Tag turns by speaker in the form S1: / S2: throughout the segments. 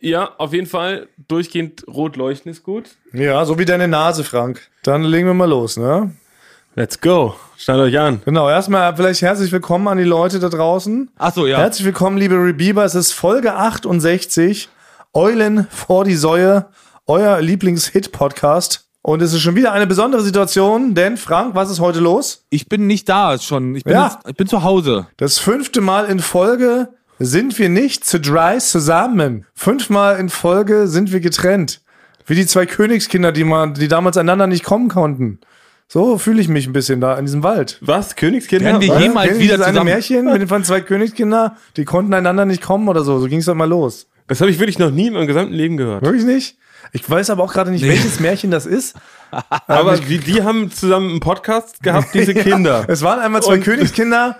S1: Ja, auf jeden Fall. Durchgehend rot leuchten ist gut.
S2: Ja, so wie deine Nase, Frank. Dann legen wir mal los, ne?
S1: Let's go. Schnallt euch an.
S2: Genau, erstmal vielleicht herzlich willkommen an die Leute da draußen.
S3: Achso, ja.
S2: Herzlich willkommen, liebe Rebieber. Es ist Folge 68. Eulen vor die Säue, euer Lieblings-Hit-Podcast. Und es ist schon wieder eine besondere Situation, denn Frank, was ist heute los?
S3: ich bin nicht da schon. Ich bin,
S2: Ja.
S3: jetzt, ich bin zu Hause.
S2: Das fünfte Mal in Folge sind wir nicht zu dry zusammen. Fünfmal in Folge sind wir getrennt. Wie die zwei Königskinder, die, man, die damals einander nicht kommen konnten. So fühle ich mich ein bisschen da in diesem Wald.
S1: Was? Königskinder?
S3: Werden wir
S1: Was?
S3: jemals
S2: Kennen Sie
S3: wieder
S2: das eine
S3: zusammen-
S2: Märchen mit den von zwei Königskinder, die konnten einander nicht kommen oder so. So ging es doch mal los.
S1: Das habe ich wirklich noch nie in meinem gesamten Leben gehört.
S2: Wirklich nicht? Ich weiß aber auch gerade nicht, welches Märchen das ist.
S1: Aber die, die haben zusammen einen Podcast gehabt, diese Kinder.
S2: Es waren einmal zwei
S1: Und-
S2: Königskinder.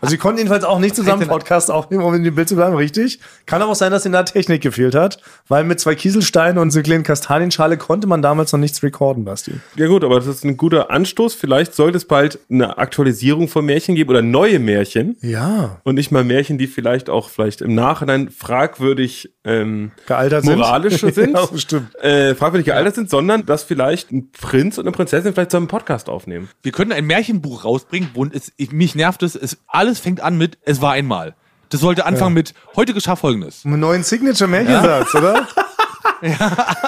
S2: Also sie konnten jedenfalls auch nicht zusammen Podcast aufnehmen, um in dem Bild zu bleiben, richtig? Kann aber auch sein, dass ihnen da Technik gefehlt hat, weil mit zwei Kieselsteinen und so einer kleinen Kastanienschale konnte man damals noch nichts recorden, Basti.
S1: Ja gut, aber das ist ein guter Anstoß. Vielleicht sollte es bald eine Aktualisierung von Märchen geben oder neue Märchen.
S2: Ja.
S1: Und nicht mal Märchen, die vielleicht auch vielleicht im Nachhinein fragwürdig ähm,
S2: Gealtert sind.
S1: moralische sind,
S2: Ja, stimmt.
S1: äh, fragwürdig gealtert sind, sondern dass vielleicht ein Prinz und eine Prinzessin vielleicht zusammen einen Podcast aufnehmen.
S3: Wir können ein Märchenbuch rausbringen, wo es, ich, mich nervt es, es. Alles fängt an mit, es war einmal. Das sollte anfangen mit, heute geschah folgendes.
S2: Einen neuen Signature-Märchensatz, oder?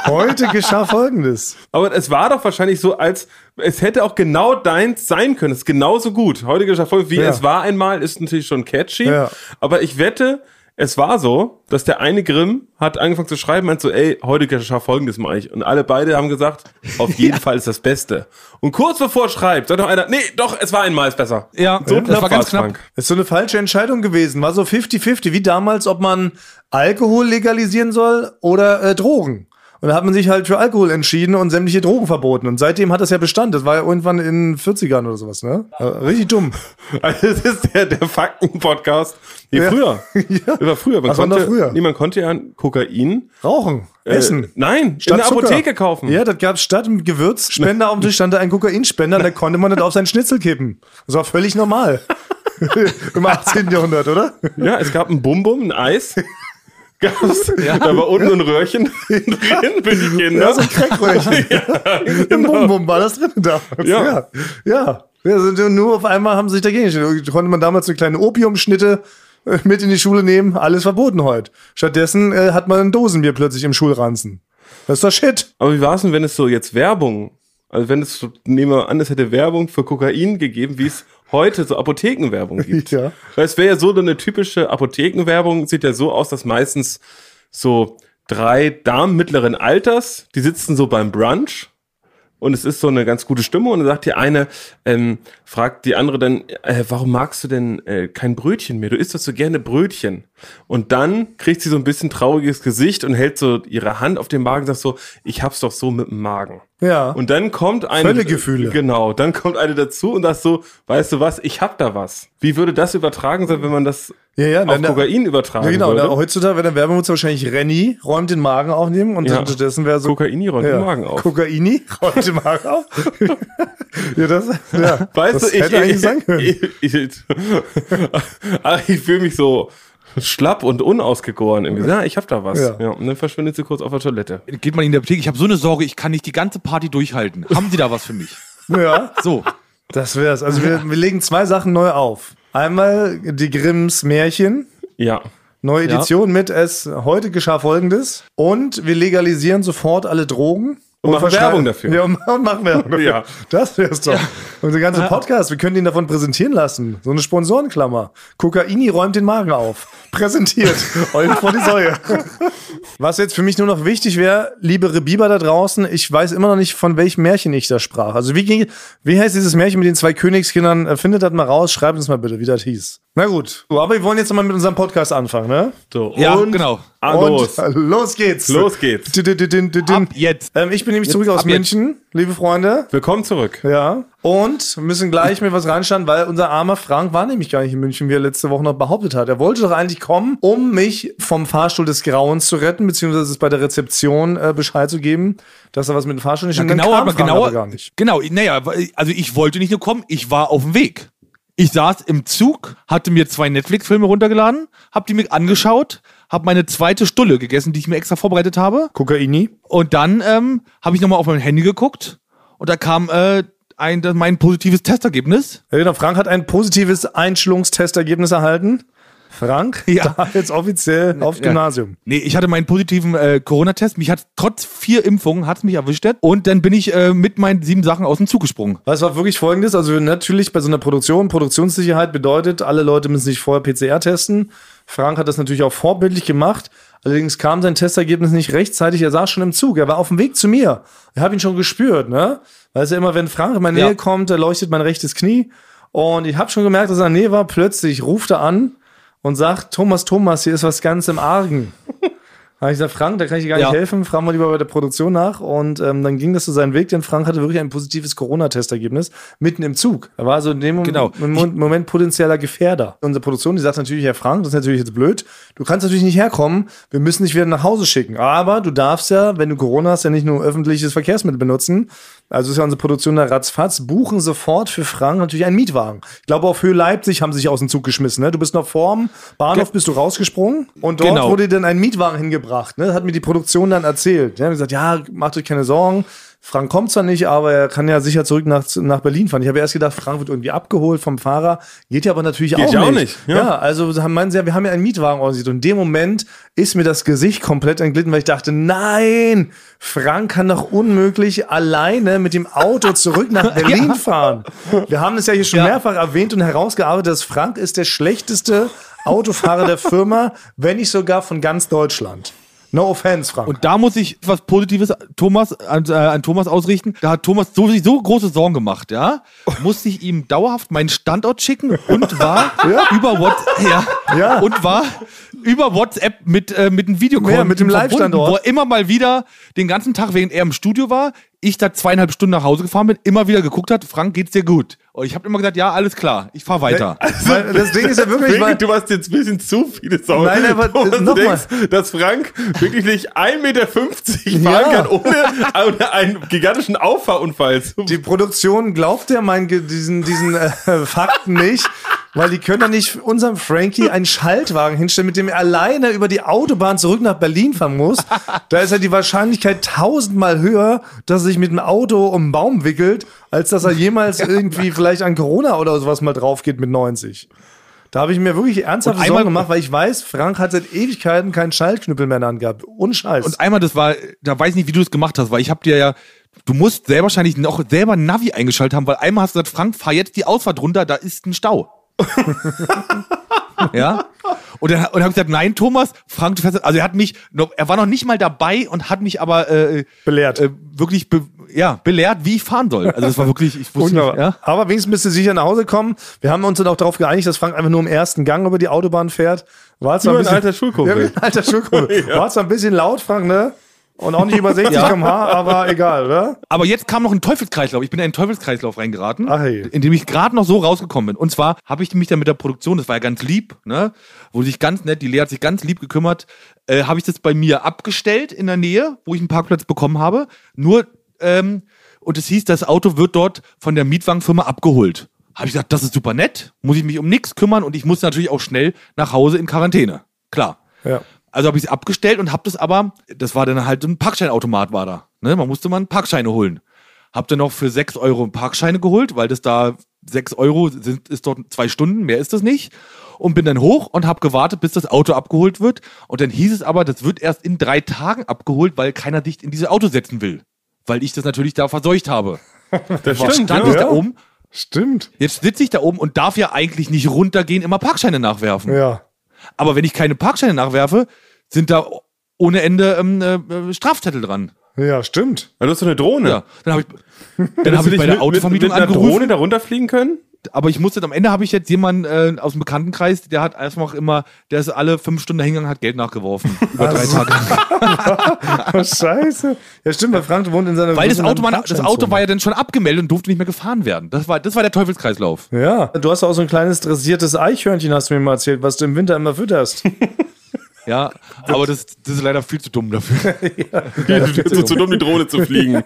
S2: Heute geschah folgendes.
S1: Aber es war doch wahrscheinlich so, als es hätte auch genau deins sein können. Es ist genauso gut. Heute geschafft voll, wie
S2: Ja.
S1: es war einmal, ist natürlich schon catchy.
S2: Ja.
S1: Aber ich wette, es war so, dass der eine Grimm hat angefangen zu schreiben, meint so, ey, heute geschafft folgendes mal ich. Und alle beide haben gesagt, auf jeden Fall ist das Beste. Und kurz bevor er schreibt, sagt noch einer, nee, doch, es war einmal ist besser.
S3: Ja,
S1: so
S3: das war ganz
S1: war's,
S3: knapp.
S1: Frank.
S2: Ist so eine falsche Entscheidung gewesen. War so 50-50, wie damals, ob man Alkohol legalisieren soll oder äh, Drogen. Und da hat man sich halt für Alkohol entschieden und sämtliche Drogen verboten. Und seitdem hat das ja Bestand. Das war ja irgendwann in den 40ern oder sowas, ne? Äh, richtig dumm.
S1: Also das ist der, der Fakten-Podcast. Wie
S2: Ja.
S1: früher.
S2: Ja.
S1: Das war früher. Man
S2: Was war
S1: konnte,
S2: da früher?
S1: Nee, man konnte ja Kokain
S2: Rauchen,
S1: äh,
S2: Essen.
S1: Nein, in der
S2: Zucker.
S1: Apotheke kaufen.
S2: Ja, das gab statt einem Gewürzspender auf dem Tisch stand da ein Kokainspender, da konnte man das auf seinen Schnitzel kippen. Das war völlig normal. Im 18. Jahrhundert, oder?
S1: Ja, es gab ein Bum-Bum, ein Eis. Gab's, Da war unten ein Röhrchen drin für die
S2: Ja,
S1: Kinder.
S2: so ein Crackröhrchen. Im Bum-Bum war das drin damals.
S1: Genau. Ja.
S2: Ja. ja. ja. also nur auf einmal haben sie sich dagegen entschieden. Konnte man damals so kleine Opiumschnitte äh, mit in die Schule nehmen. Alles verboten heute. Stattdessen äh, hat man ein Dosenbier plötzlich im Schulranzen. Das ist doch Shit.
S1: Aber wie war es denn, wenn es so jetzt Werbung, also wenn es, so, nehmen wir an, es hätte Werbung für Kokain gegeben, wie es heute so Apothekenwerbung gibt.
S2: Ja.
S1: Weil es wäre ja so eine typische Apothekenwerbung, sieht ja so aus, dass meistens so drei Damen mittleren Alters, die sitzen so beim Brunch und es ist so eine ganz gute Stimmung und dann sagt die eine, ähm, fragt die andere dann, äh, warum magst du denn äh, kein Brötchen mehr? Du isst doch so gerne Brötchen. Und dann kriegt sie so ein bisschen trauriges Gesicht und hält so ihre Hand auf den Magen und sagt so, ich hab's doch so mit dem Magen.
S2: Ja.
S1: Und dann kommt eine.
S2: Völlegefühle.
S1: Genau, dann kommt eine dazu und sagt so, weißt du was, ich hab da was. Wie würde das übertragen sein, wenn man das
S2: Ja, ja,
S1: auf
S2: dann-
S1: Kokain übertragen
S2: ja, genau.
S1: würde?
S2: Da, heutzutage, wenn der Werbung wird wahrscheinlich Renny räumt den Magen aufnehmen und
S1: Ja.
S2: dann stattdessen wäre so.
S1: Kokaini räumt
S2: ja.
S1: den Magen auf.
S2: Kokaini räumt den Magen auf. ja, das, ja.
S1: weißt
S2: das
S1: du, ich,
S2: hätte eigentlich sein können.
S1: ich, ich, ich, Ach, ich fühle mich so schlapp und unausgegoren. Irgendwie. Ja, ich hab da was.
S2: Ja.
S1: Ja. und dann verschwindet sie kurz auf der Toilette.
S3: Geht man in die Apotheke, ich habe so eine Sorge, ich kann nicht die ganze Party durchhalten. Haben Sie da was für mich?
S2: ja.
S3: So.
S2: Das wär's. Also wir, wir legen zwei Sachen neu auf. Einmal die Grimms Märchen,
S1: Ja.
S2: neue
S3: Ja.
S2: Edition mit es heute geschah folgendes und wir legalisieren sofort alle Drogen
S1: Und machen
S2: verschrei-
S1: Werbung dafür.
S2: Ja, und ma- und machen Werbung dafür.
S1: Ja.
S2: Das wär's doch. Unser ganzer Podcast, wir können den davon präsentieren lassen. So eine Sponsorenklammer. Kokaini räumt den Magen auf. Präsentiert. Eulen vor die Säue. Was jetzt für mich nur noch wichtig wäre, liebe Rebiber da draußen, ich weiß immer noch nicht, von welchem Märchen ich da sprach. Also wie ging, wie heißt dieses Märchen mit den zwei Königskindern? Äh, Findet das mal raus, schreibt uns mal bitte, wie das hieß. Na gut, so, aber wir wollen jetzt mal mit unserem Podcast anfangen, ne?
S1: So,
S3: Ja, genau.
S1: Ah,
S2: Und
S1: los.
S2: los geht's.
S1: Los geht's.
S2: Din, din, din, din, din.
S3: Ab jetzt.
S2: Ähm, ich bin nämlich zurück aus
S3: ab jetzt.
S2: München, liebe Freunde.
S1: Willkommen zurück.
S2: Ja. Und müssen gleich mit was reinschauen, weil unser armer Frank war nämlich gar nicht in München, wie er letzte Woche noch behauptet hat. Er wollte doch eigentlich kommen, um mich vom Fahrstuhl des Grauens zu retten, beziehungsweise es bei der Rezeption äh, Bescheid zu geben, dass er was mit dem Fahrstuhl nicht
S3: Ja,
S2: und dann
S3: genau,
S2: kam
S3: aber
S2: Frank
S3: genau.
S2: gar nicht.
S3: Genau, naja, also ich wollte nicht nur kommen, ich war auf dem Weg. Ich saß im Zug, hatte mir zwei Netflix-Filme runtergeladen, hab die mir angeschaut, habe meine zweite Stulle gegessen, die ich mir extra vorbereitet habe.
S2: Kokaini?
S3: Und dann ähm, habe ich nochmal auf mein Handy geguckt und da kam äh, ein, das- mein positives Testergebnis.
S2: Ja, genau. Frank hat ein positives Einschulungstestergebnis erhalten. Frank,
S3: Ja.
S2: da jetzt offiziell auf
S3: Ja.
S2: Gymnasium.
S3: Nee, ich hatte meinen positiven äh, Corona-Test. Mich hat trotz vier Impfungen hat's mich erwischt. Und dann bin ich äh, mit meinen sieben Sachen aus dem Zug gesprungen.
S2: Was war wirklich folgendes, also natürlich bei so einer Produktion, Produktionssicherheit bedeutet, alle Leute müssen sich vorher PCR testen. Frank hat das natürlich auch vorbildlich gemacht. Allerdings kam sein Testergebnis nicht rechtzeitig, er saß schon im Zug, er war auf dem Weg zu mir. Ich habe ihn schon gespürt, ne? Weißt du, immer wenn Frank in meine
S3: Ja.
S2: Nähe kommt, da leuchtet mein rechtes Knie. Und ich habe schon gemerkt, dass er in der Nähe war. Plötzlich ruft er an und sagt, Thomas, Thomas, hier ist was ganz im Argen. Da habe ich gesagt, Frank, da kann ich dir gar nicht
S3: Ja.
S2: helfen, fragen wir lieber bei der Produktion nach. Und ähm, dann ging das so seinen Weg, denn Frank hatte wirklich ein positives Corona-Testergebnis mitten im Zug. Er war also in dem Mom-
S3: Genau.
S2: Mom- Moment potenzieller Gefährder. Unsere Produktion, die sagt natürlich, Herr Frank, das ist natürlich jetzt blöd, du kannst natürlich nicht herkommen, wir müssen dich wieder nach Hause schicken. Aber du darfst ja, wenn du Corona hast, ja nicht nur öffentliches Verkehrsmittel benutzen. Also ist ja unsere Produktion da ratzfatz, buchen sofort für Frank natürlich einen Mietwagen. Ich glaube, auf Höhe Leipzig haben sie sich aus dem Zug geschmissen. Ne? Du bist noch vorm Bahnhof, bist du rausgesprungen und dort
S3: Genau.
S2: wurde wurde denn ein Mietwagen hingebracht? Ne? Hat mir die Produktion dann erzählt. Die haben gesagt, ja, macht euch keine Sorgen. Frank kommt zwar nicht, aber er kann ja sicher zurück nach, nach Berlin fahren. Ich habe erst gedacht, Frank wird irgendwie abgeholt vom Fahrer. Geht ja aber natürlich auch,
S1: ja auch
S2: nicht.
S1: nicht, ja.
S2: ja, also haben- meinen sie ja, wir haben ja einen Mietwagen organisiert. Und in dem Moment ist mir das Gesicht komplett entglitten, weil ich dachte, nein, Frank kann doch unmöglich alleine mit dem Auto zurück nach Berlin fahren. Wir haben es ja hier schon
S3: Ja.
S2: mehrfach erwähnt und herausgearbeitet, dass Frank ist der schlechteste Autofahrer der Firma, wenn nicht sogar von ganz Deutschland. No offense, Frank.
S3: Und da muss ich was Positives Thomas, an, äh, an Thomas ausrichten. Da hat Thomas so, sich so große Sorgen gemacht, ja. Musste ich ihm dauerhaft meinen Standort schicken und war über WhatsApp ja,
S2: Ja.
S3: und war über WhatsApp mit, äh, mit einem Videocall.
S2: Ja, mit
S3: ihm
S2: dem
S3: verbunden,
S2: Live-Standort.
S3: Wo er immer mal wieder den ganzen Tag, während er im Studio war, ich da zweieinhalb Stunden nach Hause gefahren bin, immer wieder geguckt hat, Frank, geht's dir gut? Und ich habe immer gesagt, ja, alles klar, ich fahr weiter.
S2: Weil das Ding ist ja wirklich, weil,
S1: Wirklich, du hast jetzt ein bisschen zu viele Sorgen.
S2: Nein, aber,
S1: Thomas,
S2: äh,
S1: du
S2: noch mal.
S1: denkst, dass Frank wirklich nicht 1,50 Meter fahren
S2: Ja.
S1: kann, ohne, ohne einen gigantischen Auffahrunfall zu
S2: die Produktion glaubt ja meinen, Ge- diesen, diesen äh, Fakten nicht, weil die können ja nicht unserem Frankie einen Schaltwagen hinstellen, mit dem er alleine über die Autobahn zurück nach Berlin fahren muss. Da ist ja die Wahrscheinlichkeit tausendmal höher, dass er sich mit dem Auto um einen Baum wickelt, als dass er jemals irgendwie vielleicht an Corona oder sowas mal drauf geht mit 90. Da habe ich mir wirklich ernsthaft
S3: Und
S2: Sorgen
S3: einmal-
S2: gemacht, weil ich weiß, Frank hat seit Ewigkeiten keinen Schaltknüppel mehr in der Hand gehabt. Unscheiß.
S3: Und einmal, das war, da weiß ich nicht, wie du das gemacht hast, weil ich hab dir ja, du musst sehr wahrscheinlich noch selber ein Navi eingeschaltet haben, weil einmal hast du gesagt, Frank, fahr jetzt die Ausfahrt runter, da ist ein Stau. ja? Und dann und hab ich gesagt, nein, Thomas, Frank, du fährst, also er hat mich, noch, er war noch nicht mal dabei und hat mich aber äh,
S2: Belehrt.
S3: Äh, wirklich, be, ja, belehrt, wie ich fahren soll. Also das war wirklich, ich wusste
S2: Wunderbar.
S3: nicht, ja.
S2: Aber wenigstens bist du sicher nach Hause kommen. Wir haben uns dann auch darauf geeinigt, dass Frank einfach nur im ersten Gang über die Autobahn fährt. War zwar
S1: Nur
S2: ein
S1: ein
S2: bisschen,
S1: alter Schulkumpel.
S2: Ja, ein alter Schulkumpel. War zwar ein bisschen laut, Frank, ne? Und auch nicht über 60
S3: Ja.
S2: km/h, aber egal, oder?
S3: Aber jetzt kam noch ein Teufelskreislauf. Ich bin in einen Teufelskreislauf reingeraten,
S2: Ach je.
S3: in dem ich gerade noch so rausgekommen bin. Und zwar habe ich mich dann mit der Produktion, das war ja ganz lieb, ne, wo sich ganz nett, die Lea hat sich ganz lieb gekümmert, äh, habe ich das bei mir abgestellt in der Nähe, wo ich einen Parkplatz bekommen habe. Nur, ähm, und es hieß, das Auto wird dort von der Mietwagenfirma abgeholt. Habe ich gesagt, das ist super nett, muss ich mich um nichts kümmern und ich muss natürlich auch schnell nach Hause in Quarantäne. Klar.
S2: Ja.
S3: Also habe ich es abgestellt und habe das aber, das war dann halt so ein Parkscheinautomat war da. Ne? Man musste mal einen Parkscheine holen. Hab dann noch für 6 Euro Parkscheine geholt, weil das da 6 Euro sind, ist dort zwei Stunden, mehr ist das nicht. Und bin dann hoch und habe gewartet, bis das Auto abgeholt wird. Und dann hieß es aber, das wird erst in drei Tagen abgeholt, weil keiner dich in dieses Auto setzen will. Weil ich das natürlich da verseucht habe.
S1: Das
S3: Stand ich da oben,
S2: Stimmt.
S3: jetzt sitze ich da oben und darf ja eigentlich nicht runtergehen, immer Parkscheine nachwerfen.
S2: Ja.
S3: Aber wenn ich keine Parkscheine nachwerfe, sind da ohne Ende ähm, äh, äh, Strafzettel dran.
S2: Ja, stimmt.
S1: Ja, du hast so eine Drohne.
S3: Ja, dann habe ich, dann hab ich bei der Autovermietung
S1: mit, mit einer
S3: angerufen.
S1: Drohne da runterfliegen können?
S3: Aber ich musste, am Ende habe ich jetzt jemanden äh, aus dem Bekanntenkreis, der hat erstmal auch immer, der ist alle fünf Stunden hingegangen, hat Geld nachgeworfen. Über drei
S2: Also-
S3: Tage.
S2: Oh, scheiße. Ja, stimmt, weil Frank wohnt in seiner
S3: Weil das
S2: wohnt in
S3: Auto,
S2: einer
S3: war- das Auto war
S2: Parkscheinzone.
S3: ja dann schon abgemeldet und durfte nicht mehr gefahren werden. Das war, das war der Teufelskreislauf.
S2: Ja. Du hast auch so ein kleines dressiertes Eichhörnchen, hast du mir mal erzählt, was du im Winter immer fütterst.
S3: Ja, aber das, das ist leider viel zu dumm dafür.
S1: du bist so zu dumm, die Drohne zu fliegen.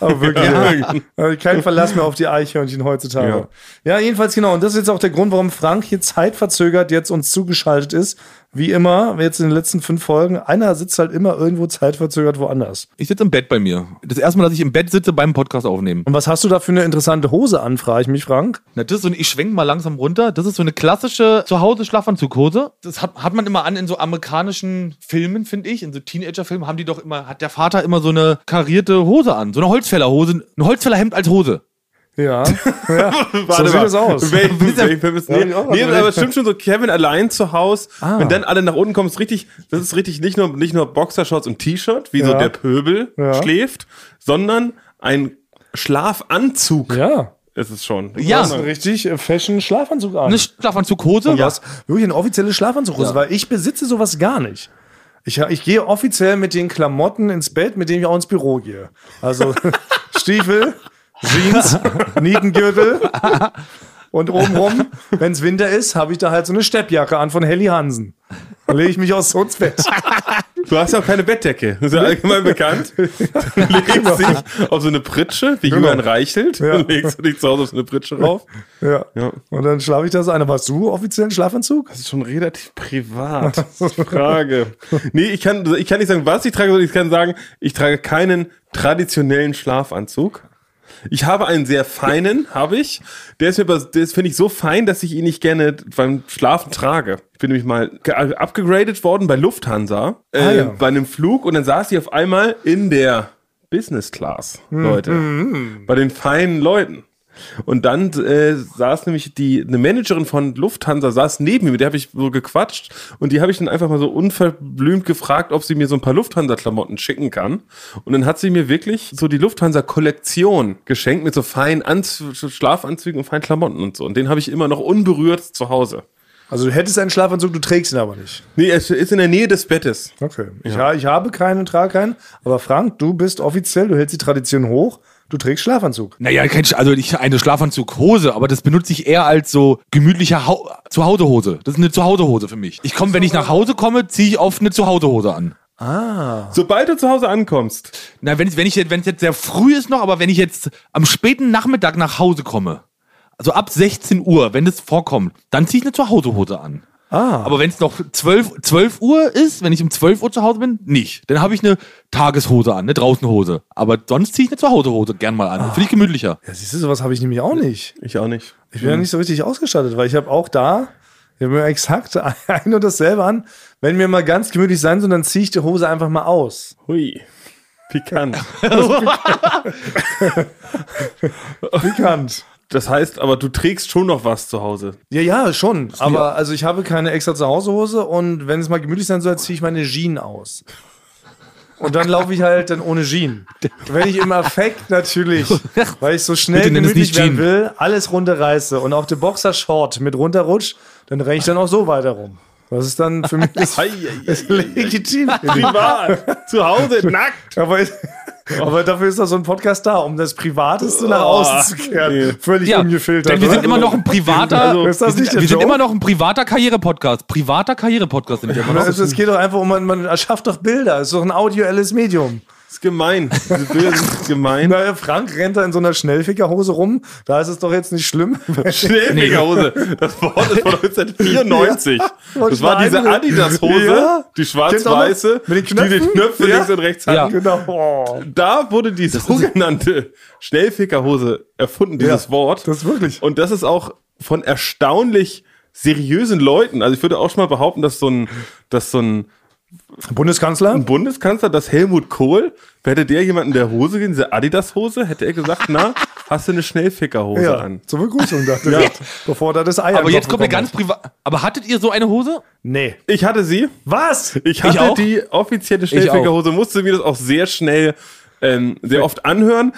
S2: Aber wirklich. ja. Also Kein Verlass mehr auf die Eichhörnchen heutzutage. Ja. jedenfalls genau. Und das ist jetzt auch der Grund, warum Frank hier zeitverzögert jetzt uns zugeschaltet ist. wie immer, jetzt in den letzten fünf Folgen, einer sitzt halt immer irgendwo zeitverzögert woanders.
S3: Ich sitze im Bett bei mir. Das erste Mal, dass ich im Bett sitze beim Podcast aufnehmen.
S2: Und was hast du da für eine interessante Hose an, frage ich mich, Frank.
S3: Na, das ist so ein, ich schwenk mal langsam runter. Das ist so eine klassische Zuhause-Schlafanzughose. Das hat, hat man immer an in so amerikanischen Filmen, finde ich. In so Teenager-Filmen haben die doch immer, hat der Vater immer so eine karierte Hose an. So eine Holzfällerhose, ein Holzfällerhemd als Hose.
S2: Ja. ja. so sieht das aus.
S1: Wel- wel- wel-
S2: Ja,
S1: nee,
S2: ich auch. Ah.
S1: nee, aber es stimmt schon so, Kevin allein zu Hause, wenn dann alle nach unten kommen, ist richtig, das ist richtig nicht nur, nicht nur Boxershorts und T-Shirt, wie so
S2: Ja.
S1: der Pöbel
S2: Ja.
S1: schläft, sondern ein Schlafanzug
S2: Ja.
S1: ist es schon.
S3: Ja.
S2: Das ist ein richtig äh, fashion Schlafanzug an.
S3: Eine Schlafanzughose.
S2: was? Wirklich eine offizielle Schlafanzughose, weil ich besitze sowas gar nicht. Ich, ich gehe offiziell mit den Klamotten ins Bett, mit denen ich auch ins Büro gehe. Also Stiefel, Jeans, Nietengürtel und obenrum, wenn es Winter ist, habe ich da halt so eine Steppjacke an von Helly Hansen. Dann lege ich mich auch so ins Bett.
S1: Du hast ja auch keine Bettdecke. Das ist ja allgemein bekannt. Du legst dich auf so eine Pritsche,
S2: Genau.
S1: wie Julian Reichelt, und legst du dich zu Hause auf so eine Pritsche rauf.
S2: Ja.
S1: Ja.
S2: Und dann schlafe ich das ein. Aber hast du offiziellen Schlafanzug?
S1: Das ist schon relativ privat. Frage. Nee, ich kann, ich kann nicht sagen, was ich trage, sondern ich kann sagen, ich trage keinen traditionellen Schlafanzug. Ich habe einen sehr feinen, habe ich. Der ist mir, aber- der ist, finde ich, so fein, dass ich ihn nicht gerne beim Schlafen trage. Ich bin nämlich mal ge- abgegradet worden bei Lufthansa, äh,
S2: Ah, ja.
S1: bei einem Flug und dann saß ich auf einmal in der Business Class,
S2: Hm,
S1: Leute. Bei den feinen Leuten. Und dann äh, saß nämlich die eine Managerin von Lufthansa saß neben mir, mit der habe ich so gequatscht und die habe ich dann einfach mal so unverblümt gefragt, ob sie mir so ein paar Lufthansa Klamotten schicken kann und dann hat sie mir wirklich so die Lufthansa Kollektion geschenkt mit so feinen Anz Schlafanzügen und feinen Klamotten und so und den habe ich immer noch unberührt zu Hause.
S2: Also du hättest einen Schlafanzug, du trägst ihn aber nicht.
S1: Nee, es ist in der Nähe des Bettes.
S2: Okay. Ich, ha ich habe keinen und trage keinen. Aber Frank, du bist offiziell, du hältst die Tradition hoch, du trägst Schlafanzug.
S3: Naja, kein, Sch- also ich, eine Schlafanzughose, aber das benutze ich eher als so gemütliche Hau Zuhausehose. Das ist eine Zuhausehose für mich. Ich komme, wenn ich nach Hause komme, ziehe ich oft eine Zuhausehose an.
S1: Sobald du zu Hause ankommst,
S3: Na, wenn ich, wenn ich jetzt, wenn es jetzt sehr früh ist noch, aber wenn ich jetzt am späten Nachmittag nach Hause komme, also ab 16 Uhr, wenn das vorkommt, dann ziehe ich eine Zuhausehose an.
S2: Ah.
S3: Aber wenn es noch 12, 12 Uhr ist, wenn ich um 12 Uhr zu Hause bin, nicht. Dann habe ich eine Tageshose an, eine Draußenhose. Aber sonst ziehe ich eine Zuhausehose gern mal an.
S2: Ah.
S3: Finde ich gemütlicher.
S2: Ja, siehst du, sowas habe ich nämlich auch nicht.
S1: ich auch nicht.
S2: Ich bin ja nicht so richtig ausgestattet, weil ich habe auch da, ich habe mir exakt ein und dasselbe an. Wenn mir mal ganz gemütlich sein soll, dann ziehe ich die Hose einfach mal aus.
S1: Hui. Pikant.
S2: Bekannt.
S1: Das heißt, aber du trägst schon noch was zu Hause.
S2: Ja, ja, schon. Aber also ich habe keine extra Zuhausehose und wenn es mal gemütlich sein soll, ziehe ich meine Jeans aus. Und dann laufe ich halt dann ohne Jeans. Wenn ich im Affekt natürlich, weil ich so schnell
S3: Bitte nenn es
S2: gemütlich
S3: nicht
S2: werden
S3: Jeans.
S2: will, alles runterreiße und auch den Boxershort mit runterrutscht, dann renne ich dann auch so weiter rum. Das ist dann für mich das
S1: Ei, ei, ei, ei, ei.
S2: legitim.
S1: Privat. zu Hause, nackt.
S2: Aber, aber dafür ist doch so ein Podcast da, um das Privateste nach außen zu kehren.
S1: nee.
S2: Völlig
S3: Oh. Ja,
S2: ungefiltert.
S3: denn wir sind
S2: oder?
S3: immer noch ein privater,
S1: Also,
S2: ist das
S3: wir
S2: nicht
S3: sind,
S2: der
S3: wir sind
S2: Joke?
S3: immer noch ein privater Karriere-Podcast. Privater Karriere-Podcast sind wir immer noch.
S2: Also es geht doch einfach um, man, man erschafft doch Bilder. Es ist doch ein audioelles Medium.
S1: Ist gemein. Diese Bilder sind gemein.
S2: Na, Frank rennt da in so einer Schnellfickerhose rum. Da ist es doch jetzt nicht schlimm.
S1: Schläfige Hose. Das Wort ist von 1994.
S2: Und
S1: das war diese
S2: Schneidende.
S1: Adidas-Hose,
S2: Ja.
S1: die
S2: Kennt
S1: schwarz-weiße,
S2: ihr noch? Mit den
S1: die den
S2: Knöpfen?
S1: Knöpfe
S2: Ja.
S1: links und rechts
S3: Ja.
S1: hat.
S2: genau. Oh,
S1: Da wurde die sogenannte Schnellfickerhose erfunden, dieses
S2: Ja,
S1: Wort.
S2: das wirklich.
S1: Und das ist auch von erstaunlich seriösen Leuten. Also ich würde auch schon mal behaupten, dass so ein, dass so ein
S2: Bundeskanzler?
S1: Bundeskanzler, dass Helmut Kohl, hätte der jemanden der Hose gehen, diese Adidas-Hose, hätte er gesagt, na, hast du eine Schnellfickerhose
S2: Ja,
S1: an?
S2: zur Begrüßung dachte
S1: Ja.
S2: ich. Bevor da das Ei am
S3: Aber jetzt
S2: Kopf
S3: kommt eine
S2: bekommen
S3: ganz privat. Aber hattet ihr so eine Hose?
S2: hat. Nee.
S1: Ich hatte sie.
S2: Was?
S1: Ich hatte
S3: auch.
S1: die offizielle Schnellfickerhose, musste mir das auch sehr schnell, ähm, sehr oft anhören.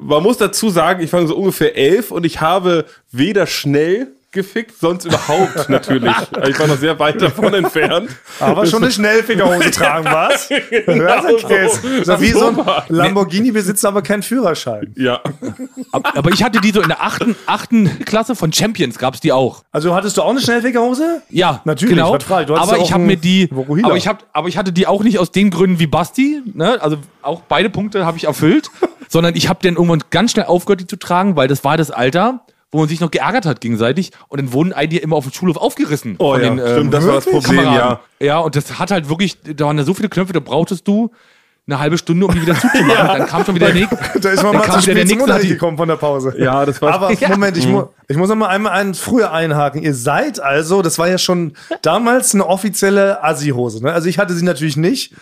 S1: Man muss dazu sagen, ich fange so ungefähr elf und ich habe weder schnell gefickt, sonst überhaupt natürlich. Ich war noch sehr weit davon entfernt.
S2: Aber schon eine Schnellfickerhose tragen, was?
S3: genau.
S2: Hörst du, Chris?
S1: so.
S2: Das ist wie so ein
S1: So.
S2: Lamborghini besitzt aber keinen Führerschein.
S1: Ja.
S3: Ab- Aber ich hatte die so in der achten, achten Klasse von Champions gab's die auch.
S2: Also hattest du auch eine Schnellfickerhose?
S3: Ja,
S2: Natürlich,
S3: Genau.
S2: was frei, du hattest
S3: aber
S2: ja auch
S3: ich habe
S2: einen
S3: mir die,
S2: Vokuhila.
S3: aber ich habe, aber ich hatte die auch nicht aus den Gründen wie Basti. Ne? Also auch beide Punkte habe ich erfüllt, sondern ich habe dann irgendwann ganz schnell aufgehört, die zu tragen, weil das war das Alter, wo man sich noch geärgert hat gegenseitig und dann wurden einige immer auf dem Schulhof aufgerissen.
S1: Oh ja, stimmt, das war das
S3: ähm, wirklich?
S1: Problem,
S3: Kameraden. Ja, und das hat halt wirklich, da waren da so viele Knöpfe, da brauchtest du eine halbe Stunde, um die wieder zuzumachen. Dann kam schon wieder der nächste.
S2: Da ist man
S3: Dann
S2: mal
S3: kam
S2: zu
S3: wieder der
S2: spät zum
S3: nächste, hat
S2: Unterricht
S3: die-
S2: gekommen von der Pause.
S1: Ja, Mhm. das war-
S2: Aber
S3: Ja.
S2: Moment, ich, mu ich muss noch mal einmal einen früher einhaken. Ihr seid also, das war ja schon damals eine offizielle Assi-Hose. Ne? Also ich hatte sie natürlich nicht.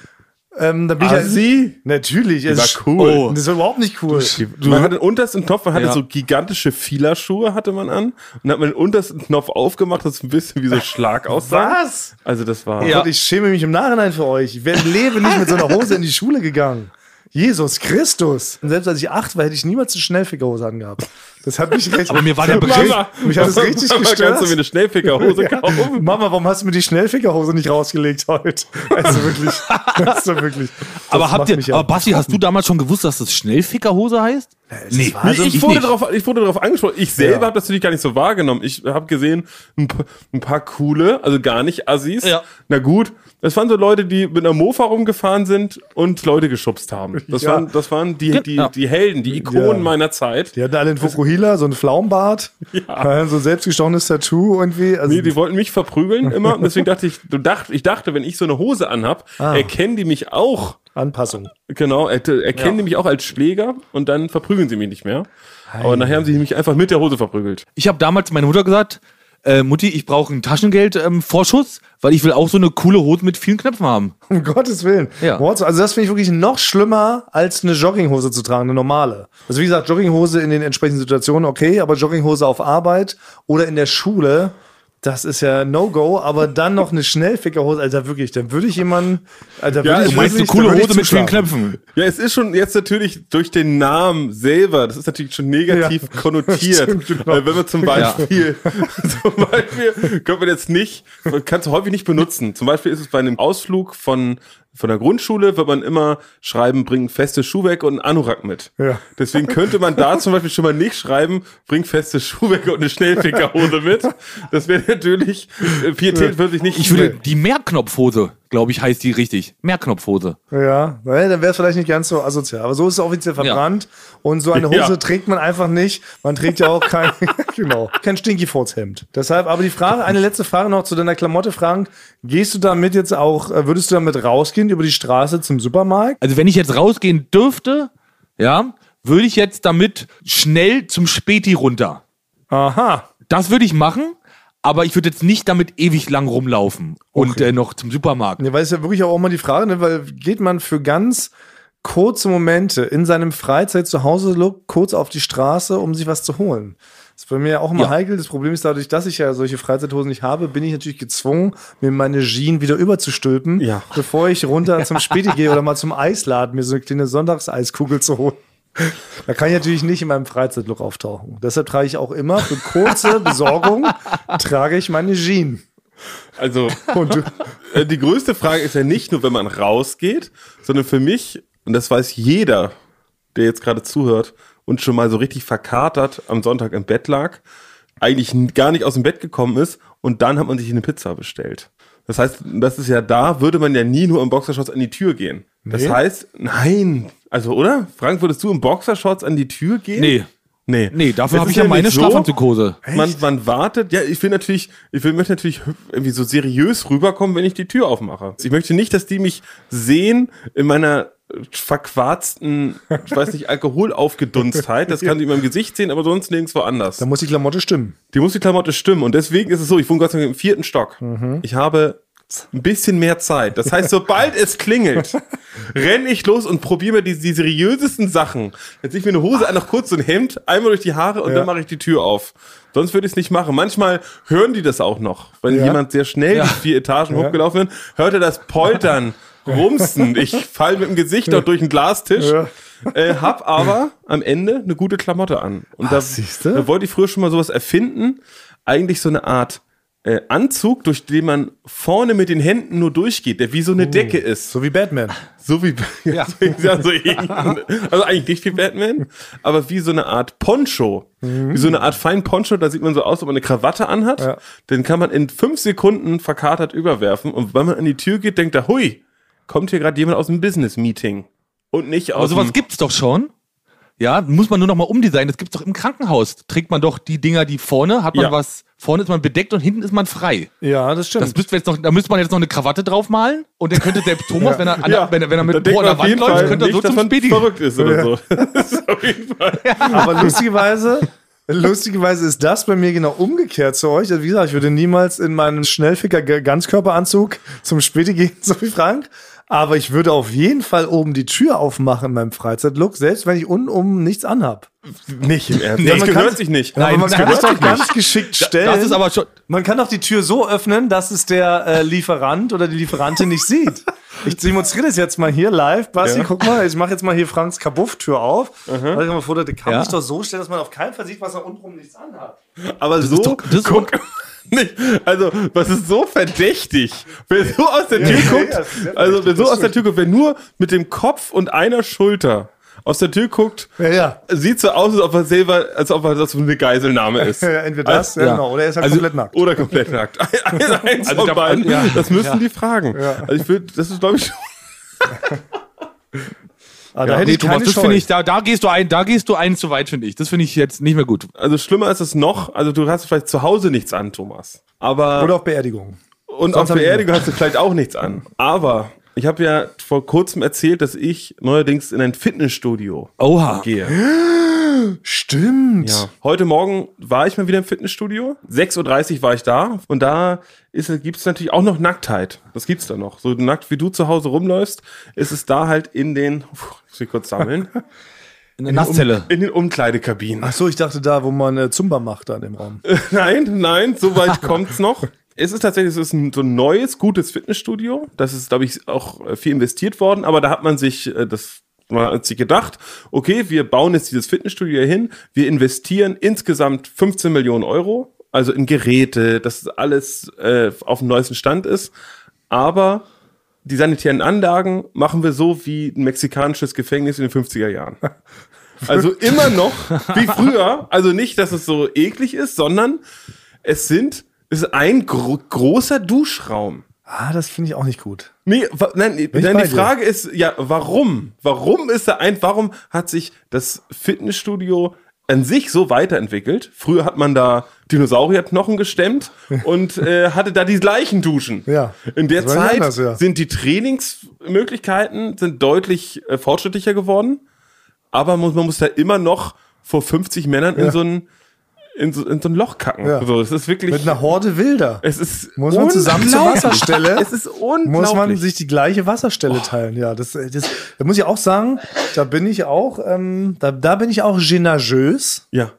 S2: Ähm, da bin
S1: Assi?
S2: Ich, natürlich. Die
S1: war cool.
S2: das war überhaupt nicht cool.
S1: Du man hatte den untersten Knopf, man hatte
S3: Ja.
S1: so gigantische Fielerschuhe hatte man an und hat man den untersten Knopf aufgemacht, das ein bisschen wie so Schlag aussah.
S2: Was?
S1: Also das war
S2: Gott, ich schäme mich im Nachhinein für euch. Ich wäre im Leben nicht mit so einer Hose in die Schule gegangen. Jesus Christus. Und selbst als ich acht war, hätte ich niemals eine Schnellfickerhose angehabt. Das hat mich recht.
S3: Aber mir war der
S2: mich-
S3: Mama,
S2: Mich hat es richtig
S1: Mama,
S2: gestört.
S1: Kannst du mir eine Schnellfickerhose
S3: genau
S1: kaufen?
S2: Mama, warum hast du mir die Schnellfickerhose nicht rausgelegt heute? Also wirklich. Also wirklich. Das
S3: Aber habt
S2: macht mich
S3: ihr,
S2: ja-
S3: aber Basti, hast du damals schon gewusst, dass das Schnellfickerhose heißt? Nee,
S2: war
S1: Nee,
S2: Also
S1: ich, wurde darauf, ich wurde darauf angesprochen. Ich selber habe das natürlich gar nicht so wahrgenommen. Ich habe gesehen, ein, pa- ein paar coole, also gar nicht Assis.
S3: Ja.
S1: Na gut, das waren so Leute, die mit einer Mofa rumgefahren sind und Leute geschubst haben. Das,
S2: Ja.
S1: waren, das waren die, die,
S3: Genau.
S1: die Helden, die Ikonen
S2: Ja.
S1: meiner Zeit.
S2: Die hatten alle einen Fukuhila, so einen Flaumbart, ja. so ein selbstgestochenes Tattoo irgendwie. Also
S1: Nee, die wollten mich verprügeln immer. Und deswegen dachte ich, du dacht, ich dachte, wenn ich so eine Hose anhab, erkennen die mich auch.
S2: Anpassung.
S1: Genau, er, erkennen die mich auch als Schläger und dann verprügeln sie mich nicht mehr. Aber nachher haben sie mich einfach mit der Hose verprügelt.
S3: Ich habe damals meine Mutter gesagt, äh, Mutti, ich brauche einen Taschengeld-Vorschuss, weil ich will auch so eine coole Hose mit vielen Knöpfen haben.
S2: Um Gottes Willen.
S3: Ja.
S2: Wow, Also das finde ich wirklich noch schlimmer, als eine Jogginghose zu tragen, eine normale. Also wie gesagt, Jogginghose in den entsprechenden Situationen, okay, aber Jogginghose auf Arbeit oder in der Schule, das ist ja No-Go, aber dann noch eine Schnellfickerhose, Alter, wirklich, dann würde ich jemanden, Alter, würde
S1: Ja,
S2: ich
S1: du
S3: Meinst du
S2: wirklich-
S3: coole
S2: dann würde ich
S3: Hose mit vielen
S2: zuschlagen.
S3: Knöpfen?
S1: Ja, es ist schon jetzt natürlich durch den Namen selber, das ist natürlich schon negativ
S2: Ja.
S1: konnotiert.
S2: Stimmt, genau.
S1: Weil wenn man zum Beispiel, zum Beispiel, könnte man jetzt nicht, man kann es häufig nicht benutzen. Zum Beispiel ist es bei einem Ausflug von, von der Grundschule, wird man immer schreiben, bring festes Schuhwerk und einen Anorak mit.
S2: Ja.
S1: Deswegen könnte man da zum Beispiel schon mal nicht schreiben, bring festes Schuhwerk und eine Schnellfickerhose mit. Das wäre natürlich, äh, Pietät würde ich nicht.
S3: Ich würde die Mehrknopfhose, glaube ich, heißt die richtig. Mehrknopfhose.
S2: Ja, naja, dann wäre es vielleicht nicht ganz so asozial. Aber so ist es offiziell verbrannt. Und so eine Hose
S1: Ja.
S2: trägt man einfach nicht. Man trägt ja auch kein, genau, kein stinky Hemd. Deshalb, aber die Frage, eine letzte Frage noch zu deiner Klamotte, Frank. Gehst du damit jetzt auch, äh, würdest du damit rausgehen über die Straße zum Supermarkt?
S3: Also wenn ich jetzt rausgehen dürfte, ja, würde ich jetzt damit schnell zum Späti runter.
S2: Aha.
S3: Das würde ich machen, aber ich würde jetzt nicht damit ewig lang rumlaufen und äh, noch zum Supermarkt.
S2: Ja, Ne, weil es ja wirklich auch immer die Frage, ne, weil geht man für ganz kurze Momente in seinem Freizeit zu Hause look, kurz auf die Straße, um sich was zu holen. Das ist bei mir ja auch immer
S3: Ja.
S2: heikel. Das Problem ist dadurch, dass ich ja solche Freizeithosen nicht habe, bin ich natürlich gezwungen, mir meine Jeans wieder überzustülpen,
S1: Ja.
S2: bevor ich runter zum Späti gehe oder mal zum Eisladen mir so eine kleine Sonntagseis-Kugel zu holen. Da kann ich natürlich nicht in meinem Freizeitlook auftauchen. Deshalb trage ich auch immer für kurze Besorgung trage ich meine Jeans.
S1: also,
S2: Und du,
S1: Äh, die größte Frage ist ja nicht nur, wenn man rausgeht, sondern für mich, und das weiß jeder, der jetzt gerade zuhört und schon mal so richtig verkatert am Sonntag im Bett lag, eigentlich n- gar nicht aus dem Bett gekommen ist und dann hat man sich eine Pizza bestellt. Das heißt, das ist ja da, würde man ja nie nur im Boxershorts an die Tür gehen. Das
S2: Nee.
S1: heißt, nein. Also, oder? Frank, würdest du im Boxershorts an die Tür gehen?
S3: Nee.
S1: Nee.
S3: Nee, dafür
S1: Es
S3: habe
S1: ist
S3: ich ja meine
S1: nicht so,
S3: Schlafanzukose.
S1: man, man wartet. Ja, ich will natürlich, ich will, möchte natürlich irgendwie so seriös rüberkommen, wenn ich die Tür aufmache. Ich möchte nicht, dass die mich sehen in meiner äh, verquarzten, ich weiß nicht, Alkoholaufgedunstheit. Das kann sie in meinem Gesicht sehen, aber sonst nirgendwo anders.
S2: da muss die Klamotte stimmen.
S1: Die muss die Klamotte stimmen. Und deswegen ist es so, ich wohne Gott sei Dank im vierten Stock.
S2: Mhm.
S1: Ich habe ein bisschen mehr Zeit. Das heißt, sobald es klingelt, renne ich los und probiere mir die, die seriösesten Sachen. Jetzt ziehe ich mir eine Hose an, noch kurz so ein Hemd, einmal durch die Haare und
S2: Ja.
S1: dann mache ich die Tür auf. Sonst würde ich es nicht machen. Manchmal hören die das auch noch. Wenn
S2: Ja.
S1: jemand sehr schnell
S3: Ja.
S1: die vier Etagen hochgelaufen ist, hört er das Poltern, Rumsen. Ich falle mit dem Gesicht dort durch den Glastisch.
S2: Ja.
S1: Äh, hab aber am Ende eine gute Klamotte an. Und da,
S2: siehste?
S1: da wollte ich früher schon mal sowas erfinden. Eigentlich so eine Art äh, Anzug, durch den man vorne mit den Händen nur durchgeht, der wie so eine Decke ist.
S2: So wie Batman.
S1: So wie ja. also, also eigentlich nicht wie Batman, aber wie so eine Art Poncho. Wie so eine Art fein Poncho, da sieht man so aus, ob man eine Krawatte anhat.
S2: Ja.
S1: Den kann man in fünf Sekunden verkatert überwerfen. Und wenn man an die Tür geht, denkt er, hui, kommt hier gerade jemand aus dem Business-Meeting. Und nicht
S3: Aber
S1: aus
S3: Also sowas
S1: dem-
S3: gibt's doch schon. Ja, muss man nur noch mal umdesignen. Das gibt's doch im Krankenhaus. Trägt man doch die Dinger, die vorne, hat man
S1: Ja.
S3: was, vorne ist man bedeckt und hinten ist man frei.
S2: Ja, das stimmt.
S3: Das müsste wir jetzt noch, da müsste man jetzt noch eine Krawatte draufmalen und dann könnte der Thomas, wenn, er an, der- wenn, er- wenn er mit Bohr an der Wand läuft, könnte er so
S1: dass
S3: zum
S1: man
S3: Späti.
S1: verrückt ist oder so. Das ist auf jeden Fall.
S2: Aber lustigerweise, lustigerweise ist das bei mir genau umgekehrt zu euch. Also wie gesagt, ich würde niemals in meinem Schnellficker G- Ganzkörperanzug zum Späti gehen, so wie Frank. Aber ich würde auf jeden Fall oben die Tür aufmachen in meinem Freizeitlook, selbst wenn ich unten um nichts anhab. Nicht im Ernst.
S1: Nee, das gehört sich nicht.
S2: Nein, aber man
S3: Nein, das
S2: kann es
S3: gehört
S2: doch
S3: sich
S2: ganz geschickt stellen.
S3: Das ist aber schon,
S2: Man kann auch die Tür so öffnen, dass es der äh, Lieferant oder die Lieferantin nicht sieht. Ich demonstriere das jetzt mal hier live. Basti,
S1: Ja.
S2: guck mal, ich mache jetzt mal hier Franks Kabuff-Tür auf. Mhm. Ich mal vor, der kann
S3: Ja.
S2: ich doch so stellen, dass man auf keinen Fall sieht, was er untenrum nichts anhat.
S1: Aber so,
S3: ist doch- das ist
S1: guck, nicht. Also, was ist so verdächtig? Wer so aus der Tür
S2: ja,
S1: guckt,
S2: ja, das ist sehr
S1: also wer
S2: verdächtig,
S1: so
S2: das
S1: aus der Tür guckt, wer nur mit dem Kopf und einer Schulter aus der Tür guckt,
S2: Ja, ja.
S1: sieht so aus, als ob er selber, als ob er das eine Geiselnahme ist.
S2: Entweder das,
S1: Also,
S2: ja.
S3: Äh, ja.
S2: genau, oder er ist halt
S1: also,
S2: komplett nackt.
S1: Oder komplett nackt. Ein- ein- Eins
S3: Also
S1: von
S3: da-
S1: beiden.
S3: ja.
S1: Das müssen
S3: Ja.
S1: die fragen. Also ich würde, das ist glaube ich schon.
S2: Ah,
S3: ja, nee,
S2: keine
S3: Thomas, das
S2: Scheu.
S3: finde ich, da, da gehst du ein, da gehst du ein zu weit, finde ich. Das finde ich jetzt nicht mehr gut.
S1: Also schlimmer ist es noch. Also du hast vielleicht zu Hause nichts an, Thomas. Aber
S2: Oder auf Beerdigung.
S1: Und auf
S2: hab ich
S1: Beerdigung hast du vielleicht auch nichts an. Aber ich habe ja vor kurzem erzählt, dass ich neuerdings in ein Fitnessstudio
S3: Oha.
S1: gehe.
S2: Stimmt.
S1: Ja. Heute Morgen war ich mal wieder im Fitnessstudio. 6.30 Uhr war ich da. Und da gibt es natürlich auch noch Nacktheit. Das gibt's da noch. So nackt wie du zu Hause rumläufst, ist es da halt in den, puh, muss ich kurz sammeln,
S3: Eine Nasszelle.
S1: in den Umkleidekabinen.
S2: Ach so, ich dachte da, wo man äh, Zumba macht, da in dem Raum.
S1: Nein, nein, so weit kommt's noch. Es ist tatsächlich es ist ein, so ein neues, gutes Fitnessstudio. Das ist, glaube ich, auch äh, viel investiert worden, aber da hat man sich äh, das man hat sich gedacht, okay, wir bauen jetzt dieses Fitnessstudio hier hin, wir investieren insgesamt 15 Millionen Euro, also in Geräte, dass alles äh, auf dem neuesten Stand ist. Aber die sanitären Anlagen machen wir so wie ein mexikanisches Gefängnis in den 50er Jahren. Also immer noch wie früher. Also nicht, dass es so eklig ist, sondern es sind, es ist ein gro großer Duschraum.
S2: Ah, das finde ich auch nicht gut.
S1: Nee, wa- nein, nee,
S2: ich
S1: nein
S2: bei
S1: die
S2: dir.
S1: Frage ist, ja, warum? Warum ist da ein, warum hat sich das Fitnessstudio an sich so weiterentwickelt? Früher hat man da Dinosaurierknochen gestemmt und äh, hatte da die gleichen Duschen.
S2: Ja.
S1: In der
S2: Das war nicht
S1: Zeit
S2: anders, ja.
S1: sind die Trainingsmöglichkeiten sind deutlich äh, fortschrittlicher geworden, aber muss, man muss da immer noch vor 50 Männern in so ein in so, in so ein Loch kacken.
S2: Ja.
S1: So, es ist wirklich
S2: Mit einer Horde Wilder.
S1: es ist
S2: Muss man zusammen zur
S1: unglaublich.
S2: Wasserstelle?
S1: Es ist unglaublich.
S2: muss man sich die gleiche Wasserstelle teilen. Ja, das, das, da muss ich auch sagen, da bin ich auch, ähm, da, da bin ich auch genageus,
S1: ja.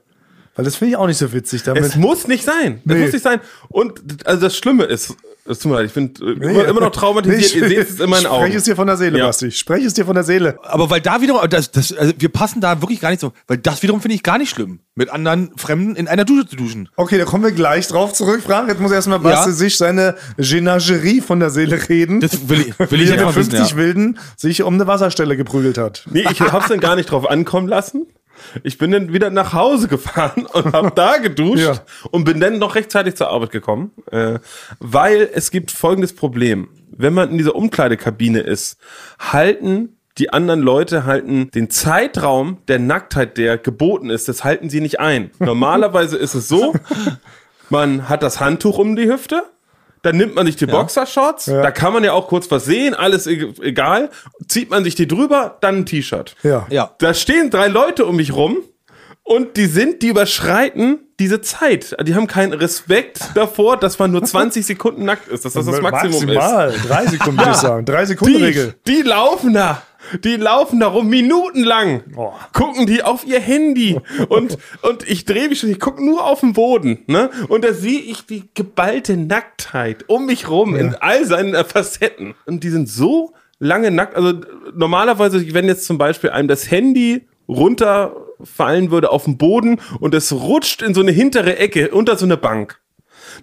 S2: weil das finde ich auch nicht so witzig.
S1: Es
S2: Damit.
S1: muss nicht sein.
S2: Nee.
S1: Es muss nicht sein. Und also das Schlimme ist, es tut mir leid, ich bin äh,
S2: Nee.
S1: immer, immer noch traumatisiert. Ihr seht es in meinen Augen.
S2: Sprech es dir von der Seele,
S1: Ja.
S2: Basti. Sprech es dir von der Seele.
S3: Aber weil da wiederum, das, das, also wir passen da wirklich gar nicht so, weil das wiederum finde ich gar nicht schlimm, mit anderen Fremden in einer Dusche zu duschen.
S2: Okay, da kommen wir gleich drauf zurück, Frank. Jetzt muss erstmal Basti
S3: Ja.
S2: sich seine Genagerie von der Seele reden.
S3: Das will ich, will
S2: wie
S3: ich
S2: er
S3: jetzt
S2: mit
S3: mal
S2: 50
S3: wissen. Ja.
S2: Wilden sich um eine Wasserstelle geprügelt hat.
S1: Nee, ich hab's dann gar nicht drauf ankommen lassen. Ich bin dann wieder nach Hause gefahren und hab da geduscht
S2: Ja.
S1: und bin dann noch rechtzeitig zur Arbeit gekommen, äh, weil es gibt folgendes Problem. Wenn man in dieser Umkleidekabine ist, halten die anderen Leute halten den Zeitraum der Nacktheit, der geboten ist, das halten sie nicht ein. Normalerweise ist es so, man hat das Handtuch um die Hüfte, dann nimmt man sich die Boxershorts, da kann man ja auch kurz was sehen, alles e- egal, zieht man sich die drüber, dann ein T-Shirt.
S2: Ja.
S3: Ja.
S1: Da stehen drei Leute um mich rum und die sind, die überschreiten diese Zeit. Die haben keinen Respekt davor, dass man nur 20 Sekunden nackt ist, dass das das Maximum ist.
S2: Maximal. Drei Sekunden, würde ich sagen. Drei Sekunden
S1: Die,
S2: Regel.
S1: die laufen da. Die laufen da rum, minutenlang.
S2: Oh.
S1: Gucken die auf ihr Handy. Und, und ich drehe mich schon, ich gucke nur auf den Boden. Ne? Und da sehe ich die geballte Nacktheit um mich rum in all seinen äh, Facetten. Und die sind so lange nackt. Also äh, normalerweise, wenn jetzt zum Beispiel einem das Handy runterfallen würde auf den Boden und es rutscht in so eine hintere Ecke unter so eine Bank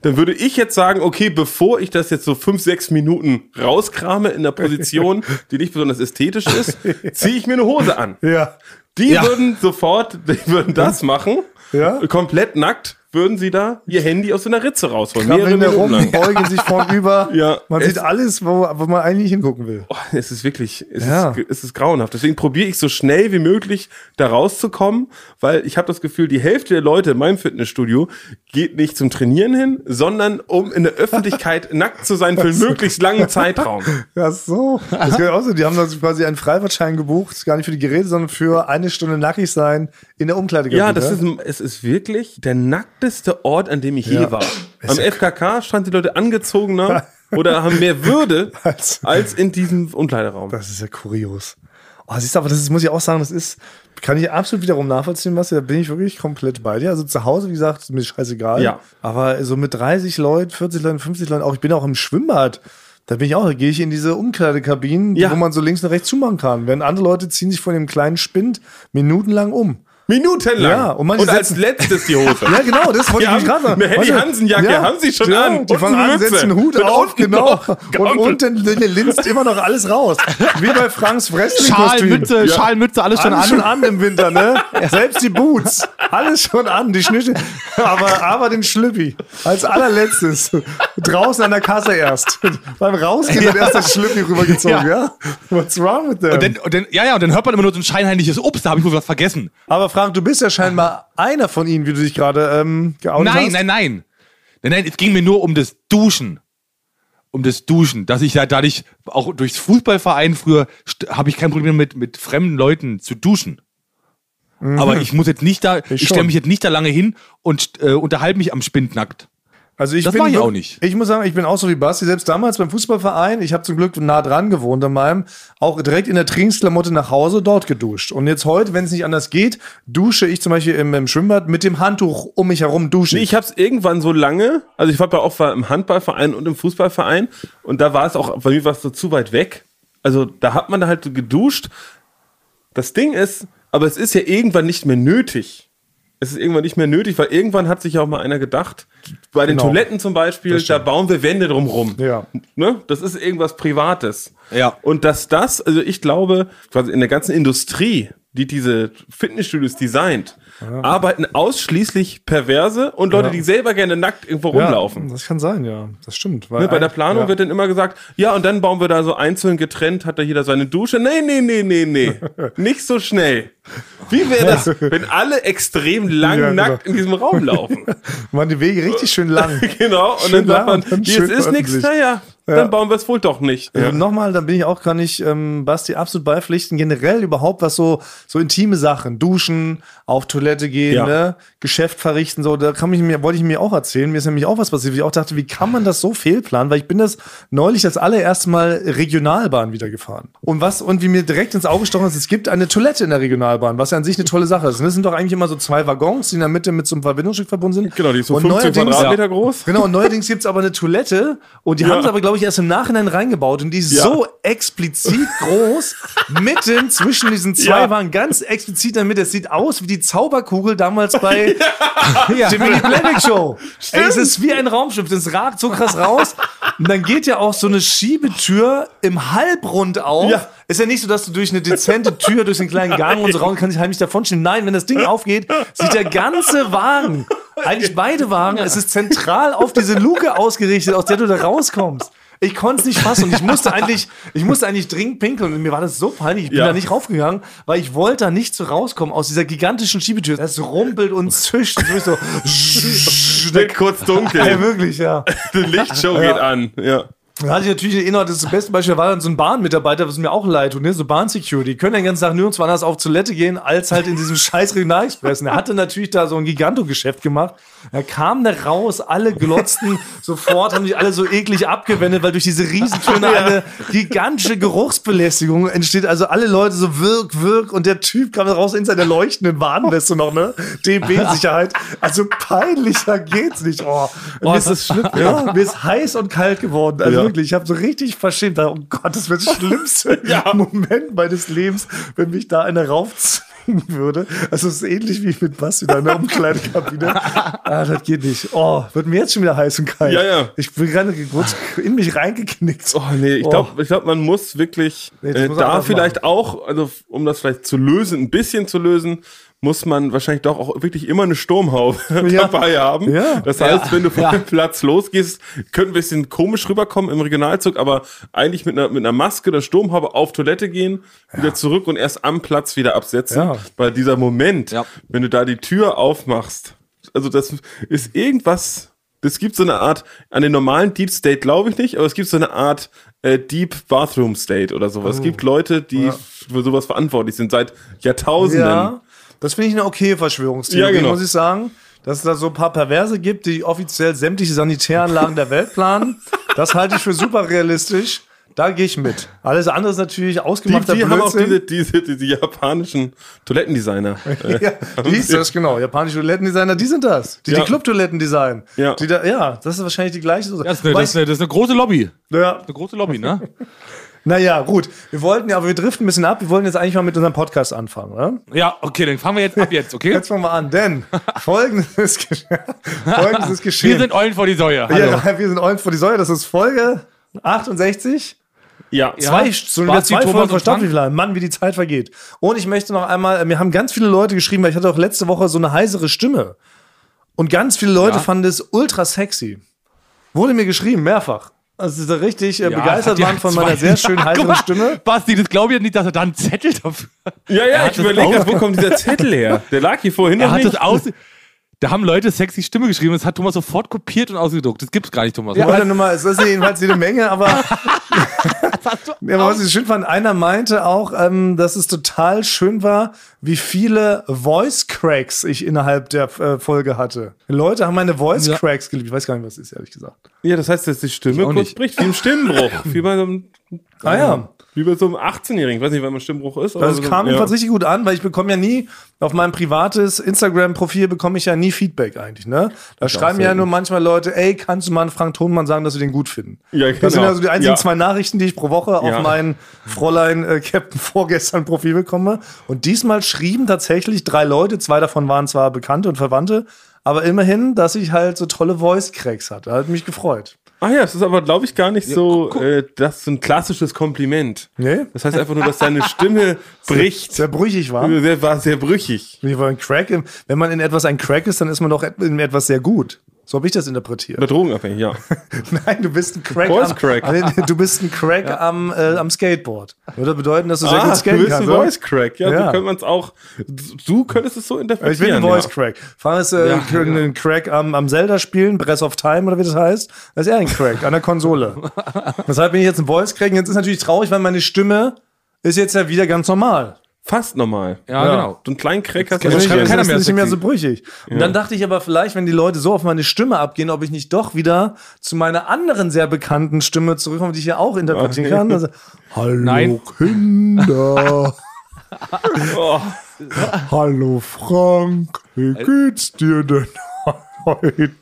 S1: dann würde ich jetzt sagen, okay, bevor ich das jetzt so fünf, sechs Minuten rauskrame in einer Position, die nicht besonders ästhetisch ist, ziehe ich mir eine Hose an.
S2: Ja.
S1: Die
S3: Ja.
S1: würden sofort, die würden das machen,
S2: Ja.
S1: komplett nackt, würden sie da ihr Handy aus so einer Ritze rausholen.
S2: Krabbeln
S1: Minuten
S2: herum,
S1: lang.
S2: beugen sich vornüber.
S1: Ja.
S2: Man
S1: Es-
S2: sieht alles, wo, wo man eigentlich hingucken will.
S1: Oh, es ist wirklich, es,
S2: Ja.
S1: ist, es ist grauenhaft. Deswegen probiere ich so schnell wie möglich da rauszukommen, weil ich habe das Gefühl, die Hälfte der Leute in meinem Fitnessstudio geht nicht zum Trainieren hin, sondern um in der Öffentlichkeit nackt zu sein für einen möglichst langen Zeitraum.
S2: Ach so. Das gehört auch so. Die haben dann quasi einen Freifahrtschein gebucht, gar nicht für die Geräte, sondern für eine Stunde nackig sein in der Umkleidekabine.
S1: Ja, das ist, es ist wirklich der nackteste Ort, an dem ich je
S2: Ja.
S1: war. Am
S2: ja
S1: FKK standen die Leute angezogener oder haben mehr Würde
S2: Als-
S1: als in diesem Umkleideraum.
S2: Das ist ja kurios. Oh, siehst du, aber das ist, muss ich auch sagen, das ist, kann ich absolut wiederum nachvollziehen, was da bin ich wirklich komplett bei dir. Also zu Hause, wie gesagt, ist mir scheißegal.
S1: Ja.
S2: Aber so mit 30 Leuten, 40 Leuten, 50 Leuten, auch ich bin auch im Schwimmbad. Da bin ich auch, da gehe ich in diese Umkleidekabinen,
S1: Ja.
S2: wo man so links und rechts zumachen kann. Während andere Leute ziehen sich von dem kleinen Spind minutenlang um.
S1: Minutenlang.
S2: Ja, und
S1: und,
S2: manche
S1: als
S2: setzen-
S1: letztes die Hose.
S2: Ja, genau, das wollte
S1: Die
S2: ich mich
S1: haben
S2: gerade sagen.
S1: eine Helly
S2: Warte,
S1: Hansen-Jacke, haben sie schon an.
S2: genau. Die
S1: Und
S2: fangen
S1: eine
S2: an,
S1: Mütze.
S2: setzen einen Hut
S1: Und
S2: auf,
S1: unten
S2: genau.
S1: noch
S2: Und
S1: Gampel.
S2: unten linst immer noch alles raus. Wie bei Franks
S3: Schal,
S2: Wrestling-Kostüm.
S3: Mütze, Schal, Mütze, alles schon
S2: alles
S3: an.
S2: schon an im Winter, ne? Selbst die Boots. Alles schon an, die Schnitte. Aber, aber den Schlüppi. Als allerletztes. Draußen an der Kasse erst. Beim Rausgehen wird erst das Schlüppi rübergezogen, ja? What's wrong with them?
S3: Und dann, und dann, ja, ja, und dann hört man immer nur so ein scheinheimliches Obst, da habe ich wohl was vergessen.
S2: aber Frank, du bist ja scheinbar einer von ihnen, wie du dich gerade ähm, geoutet hast.
S3: Nein, nein, nein. Nein, nein, es ging mir nur um das Duschen. Um das Duschen. Dass ich ja dadurch, auch durchs Fußballverein früher, st- habe ich kein Problem mit, mit fremden Leuten zu duschen. Aber ich muss jetzt nicht da, Mhm. ich,
S2: schon.
S3: stelle mich jetzt nicht da lange hin und äh, unterhalte mich am Spind nackt.
S2: Also ich
S3: Das
S2: bin
S3: mach ich
S2: wirk-
S3: auch nicht.
S2: Ich muss sagen, ich bin auch so wie Basti, selbst damals beim Fußballverein, ich habe zum Glück nah dran gewohnt an meinem, auch direkt in der Trainingsklamotte nach Hause dort geduscht. Und jetzt heute, wenn es nicht anders geht, dusche ich zum Beispiel im, im Schwimmbad mit dem Handtuch um mich herum dusche.
S1: Nee, ich habe es irgendwann so lange, also ich war bei auch war im Handballverein und im Fußballverein und da war es auch, bei mir war es so zu weit weg. Also da hat man da halt so geduscht. Das Ding ist, aber es ist ja irgendwann nicht mehr nötig. Es ist irgendwann nicht mehr nötig, weil irgendwann hat sich ja auch mal einer gedacht, bei den
S2: Genau.
S1: Toiletten zum Beispiel, da bauen wir Wände drumrum.
S2: Ja.
S1: Ne? Das ist irgendwas Privates.
S3: Ja.
S1: Und dass das, also ich glaube, quasi in der ganzen Industrie, die diese Fitnessstudios designt, arbeiten ausschließlich Perverse und Leute,
S2: Ja.
S1: die selber gerne nackt irgendwo
S2: ja,
S1: rumlaufen.
S2: Das kann sein, ja. Das stimmt. Weil
S1: Ne, bei der
S2: ein-
S1: Planung
S2: ja.
S1: wird dann immer gesagt, ja, und dann bauen wir da so einzeln getrennt, hat da jeder seine Dusche. Nee, nee, nee, nee, nee. Nicht so schnell. Wie wäre das, wenn alle extrem lang
S2: Ja, genau.
S1: nackt in diesem Raum laufen?
S2: waren die Wege richtig schön lang.
S1: genau. Und
S2: Schön
S1: dann sagt
S2: lang
S1: man,
S2: und dann
S1: hier,
S2: schön
S1: es ist nichts,
S2: öffentlich.
S1: naja,
S2: Ja.
S1: dann bauen wir es wohl doch nicht.
S2: Also nochmal, da bin ich auch, kann ich ähm, Basti absolut beipflichten. Generell überhaupt was so, so intime Sachen, duschen, auf Toilette gehen,
S1: Ja.
S2: ne? Geschäft verrichten, so, da kann mich, mir, wollte ich mir auch erzählen. Mir ist nämlich auch was passiert. wo Ich auch dachte, wie kann man das so fehlplanen? Weil ich bin das neulich das allererste Mal Regionalbahn wieder gefahren. Und was, und wie mir direkt ins Auge gestochen ist, es gibt eine Toilette in der Regionalbahn, was ja an sich eine tolle Sache ist. Und das sind doch eigentlich immer so zwei Waggons, die in der Mitte mit so einem Verbindungsstück verbunden sind.
S1: Genau, die ist so
S2: Und
S1: 15
S2: neuerdings-
S1: Quadratmeter groß.
S2: Genau, und neuerdings gibt's aber eine Toilette und die haben sie aber, glaube ich, erst im Nachhinein reingebaut und die ist
S1: Ja.
S2: so explizit groß, mitten zwischen diesen zwei
S1: Ja.
S2: waren ganz explizit damit. Es sieht aus wie die Zauberkugel damals bei
S3: Ja.
S2: der Mini Planet Show. Ey, es ist wie ein Raumschiff, das ragt so krass raus und dann geht ja auch so eine Schiebetür im Halbrund auf.
S1: Ja.
S2: Ist ja nicht so, dass du durch eine dezente Tür, durch den kleinen Gang und so raus kannst dich heimlich davonschieben. Nein, wenn das Ding aufgeht, sieht der ganze Wagen, eigentlich beide Wagen, es ist zentral auf diese Luke ausgerichtet, aus der du da rauskommst. Ich konnte es nicht fassen und ich musste eigentlich, ich musste eigentlich dringend pinkeln und mir war das so peinlich. Ich bin
S1: Ja.
S2: da nicht raufgegangen, weil ich wollte da nicht so rauskommen aus dieser gigantischen Schiebetür. Das rumpelt und zischt. Und ich so,
S1: Wird kurz
S2: ey,
S1: dunkel.
S2: wirklich, ja.
S1: Die Lichtshow geht an. Ja.
S2: Da hatte ich natürlich erinnert, das beste Beispiel war dann so ein Bahnmitarbeiter, was mir auch leid tut, ne? so Bahnsecurity. Die können den ganzen Tag nirgendwo anders auf Toilette gehen, als halt in diesem scheiß Regionalexpress. Und er hatte natürlich da so ein Giganto-Geschäft gemacht. Er kam da raus, alle glotzten sofort, haben sich alle so eklig abgewendet, weil durch diese Riesentöne eine gigantische Geruchsbelästigung entsteht. Also alle Leute so wirk, wirk und der Typ kam da raus in seiner leuchtenden Warnweste noch, ne? DB-Sicherheit. Also peinlicher geht's nicht. Oh, oh
S3: das ist schlimm.
S2: ja, mir ist heiß und kalt geworden. Also
S1: Ja.
S2: wirklich, ich habe so richtig verschämt. Oh Gott, das wäre der schlimmste Moment meines Lebens, wenn mich da einer raufziehen würde. Also es ist ähnlich wie mit was in einer Umkleidekabine. ah, das geht nicht. Oh, wird mir jetzt schon wieder heiß und kalt.
S1: Ja, ja.
S2: Ich bin gerade kurz in mich reingeknickt.
S1: Oh nee, ich
S2: Oh.
S1: glaube, ich glaub, man muss wirklich
S2: Nee, das
S1: äh,
S2: muss man
S1: da
S2: anders
S1: vielleicht auch, also um das vielleicht zu lösen, ein bisschen zu lösen, muss man wahrscheinlich doch auch wirklich immer eine Sturmhaube
S2: Ja.
S1: dabei haben.
S2: Ja.
S1: Das heißt, wenn du von
S3: Ja.
S1: dem Platz losgehst, könnte ein bisschen komisch rüberkommen im Regionalzug, aber eigentlich mit einer, mit einer Maske oder Sturmhaube auf Toilette gehen, wieder zurück und erst am Platz wieder absetzen.
S2: Ja.
S1: Weil dieser Moment,
S3: Ja.
S1: wenn du da die Tür aufmachst, also das ist irgendwas, es gibt so eine Art, an den normalen Deep State glaube ich nicht, aber es gibt so eine Art äh, Deep Bathroom State oder sowas. Es
S2: Oh.
S1: gibt Leute, die für sowas verantwortlich sind, seit Jahrtausenden.
S2: Ja, das finde ich eine okay Verschwörungstheorie,
S1: Ja, genau.
S2: muss ich sagen. Dass es da so ein paar Perverse gibt, die offiziell sämtliche Sanitäranlagen der Welt planen. Das halte ich für super realistisch. Da gehe ich mit. Alles andere ist natürlich
S1: Die,
S2: ausgemachter
S1: die haben auch diese,
S2: Blödsinn.
S1: diese, diese japanischen Toilettendesigner. Äh,
S2: ja, die ist das, genau. Japanische Toilettendesigner, die sind das. Die
S1: Ja.
S2: die Clubtoiletten designen.
S1: Ja.
S2: Die da, ja, das ist wahrscheinlich die gleiche. Sache.
S3: Das ist, eine,
S2: Wobei
S3: das, ist eine, das ist eine große Lobby.
S2: ich- ja,
S3: Eine große Lobby, ne?
S2: naja, gut. Wir wollten ja, aber wir driften ein bisschen ab. Wir wollten jetzt eigentlich mal mit unserem Podcast anfangen, oder?
S3: Ja, okay, dann fangen wir jetzt ab jetzt, okay?
S2: Jetzt fangen wir an, denn folgendes ist, gesch- folgendes ist geschehen.
S3: Wir sind Eulen vor die Säue. Hallo.
S2: Ja, wir sind Eulen vor die Säule. Das ist Folge 68.
S1: ja.
S3: Ja.
S2: Zwei, schon wieder
S3: Spasti,
S2: zwei
S3: Thomas
S2: Folgen
S3: und
S2: verstanden.
S3: Frank.
S2: Mann, wie die Zeit vergeht. Und ich möchte noch einmal, äh, mir haben ganz viele Leute geschrieben, weil ich hatte auch letzte Woche so eine heisere Stimme. Und ganz viele Leute
S3: Ja.
S2: fanden es ultra sexy. Wurde mir geschrieben, mehrfach. Also sie so richtig äh,
S3: Ja, hat
S2: begeistert
S3: die
S2: waren von meiner
S3: zwei-
S2: sehr schönen
S3: Guck
S2: heiseren
S3: mal,
S2: Stimme.
S3: Basti, das glaube ich nicht, dass er da einen Zettel dafür.
S1: Ja, ja, ich überlege gerade, wo kommt dieser Zettel her? Der lag hier vorhin
S3: Er
S1: noch
S3: hat
S1: nicht.
S3: das aus. Da haben Leute sexy Stimme geschrieben, das hat Thomas sofort kopiert und ausgedruckt. Das gibt's gar nicht, Thomas.
S2: Ja, warte nur mal, es ist jedenfalls jede Menge, aber, ja, aber was ich schön fand, einer meinte auch, ähm, dass es total schön war, wie viele Voice Cracks ich innerhalb der äh, Folge hatte. Leute haben meine Voice
S3: Ja.
S2: Cracks geliebt. Ich weiß gar nicht, was es ist, ehrlich gesagt.
S1: Ja, das heißt, dass die Stimme
S3: auch
S1: kurz
S3: nicht.
S1: bricht, wie im Stimmbruch. wie bei so einem,
S2: Ah ja.
S1: wie bei so einem 18-Jährigen. Ich weiß nicht, wann man Stimmbruch ist. aber
S2: Also
S1: so,
S2: es kam
S1: ja.
S2: jedenfalls richtig gut an, weil ich bekomme ja nie, auf meinem privates Instagram-Profil bekomme ich ja nie Feedback eigentlich, ne? Da schreiben mir ja nur manchmal Leute, ey, kannst du mal an Frank Thonmann sagen, dass wir den gut finden?
S1: Ja,
S2: Das sind
S1: genau.
S2: also die einzigen
S1: Ja.
S2: zwei Nachrichten, die ich pro Woche
S1: Ja.
S2: auf mein Fräulein äh, Captain vorgestern Profil bekomme. Und diesmal schrieben tatsächlich drei Leute, zwei davon waren zwar Bekannte und Verwandte, aber immerhin, dass ich halt so tolle Voice-Cracks hatte. Hat mich gefreut.
S1: Ach Ah, ja, es ist aber, glaube ich, gar nicht so, äh, das ist ein klassisches Kompliment.
S2: Nee?
S1: Das heißt einfach nur, dass deine Stimme bricht.
S2: Sehr brüchig war.
S1: Der war sehr brüchig.
S2: Nee, weil ein Crack, im- wenn man in etwas ein Crack ist, dann ist man doch et- in etwas sehr gut. So habe ich das interpretiert.
S1: Oder drogenabhängig, ja.
S2: Nein, du bist ein Crack.
S1: Voice
S2: am,
S1: Crack.
S2: Nee, Du bist ein Crack am, äh, am Skateboard. Würde bedeuten, dass du sehr gut
S1: Ah, du
S2: skaten
S1: bist ein
S2: kannst. oder?
S1: Voice Crack. Ja,
S2: Ja.
S1: so könnte man es auch, du könntest es so interpretieren.
S2: Ich bin ein Voice
S1: ja.
S2: Crack. Fahren ist äh,
S3: Ja,
S2: ein Crack am, am Zelda spielen, Breath of Time oder wie das heißt. Das ist er ein Crack an der Konsole. Deshalb bin ich jetzt ein Voice Crack. Und Jetzt ist natürlich traurig, weil meine Stimme ist jetzt ja wieder ganz normal.
S1: Fast normal.
S3: Ja, genau.
S1: So einen kleinen Crack hast du
S2: Also
S3: Also
S2: ich,
S3: schreibt
S1: schon.
S2: das
S3: keiner
S2: ist
S3: mehr
S2: nicht mehr so
S3: sexy.
S2: brüchig. Und dann dachte ich aber vielleicht, wenn die Leute so auf meine Stimme abgehen, ob ich nicht doch wieder zu meiner anderen sehr bekannten Stimme zurückkomme, die ich ja auch interpretieren kann. Also, Hallo
S3: Nein.
S2: Kinder,
S1: Oh.
S2: hallo Frank, wie
S3: Äh.
S2: geht's dir denn heute?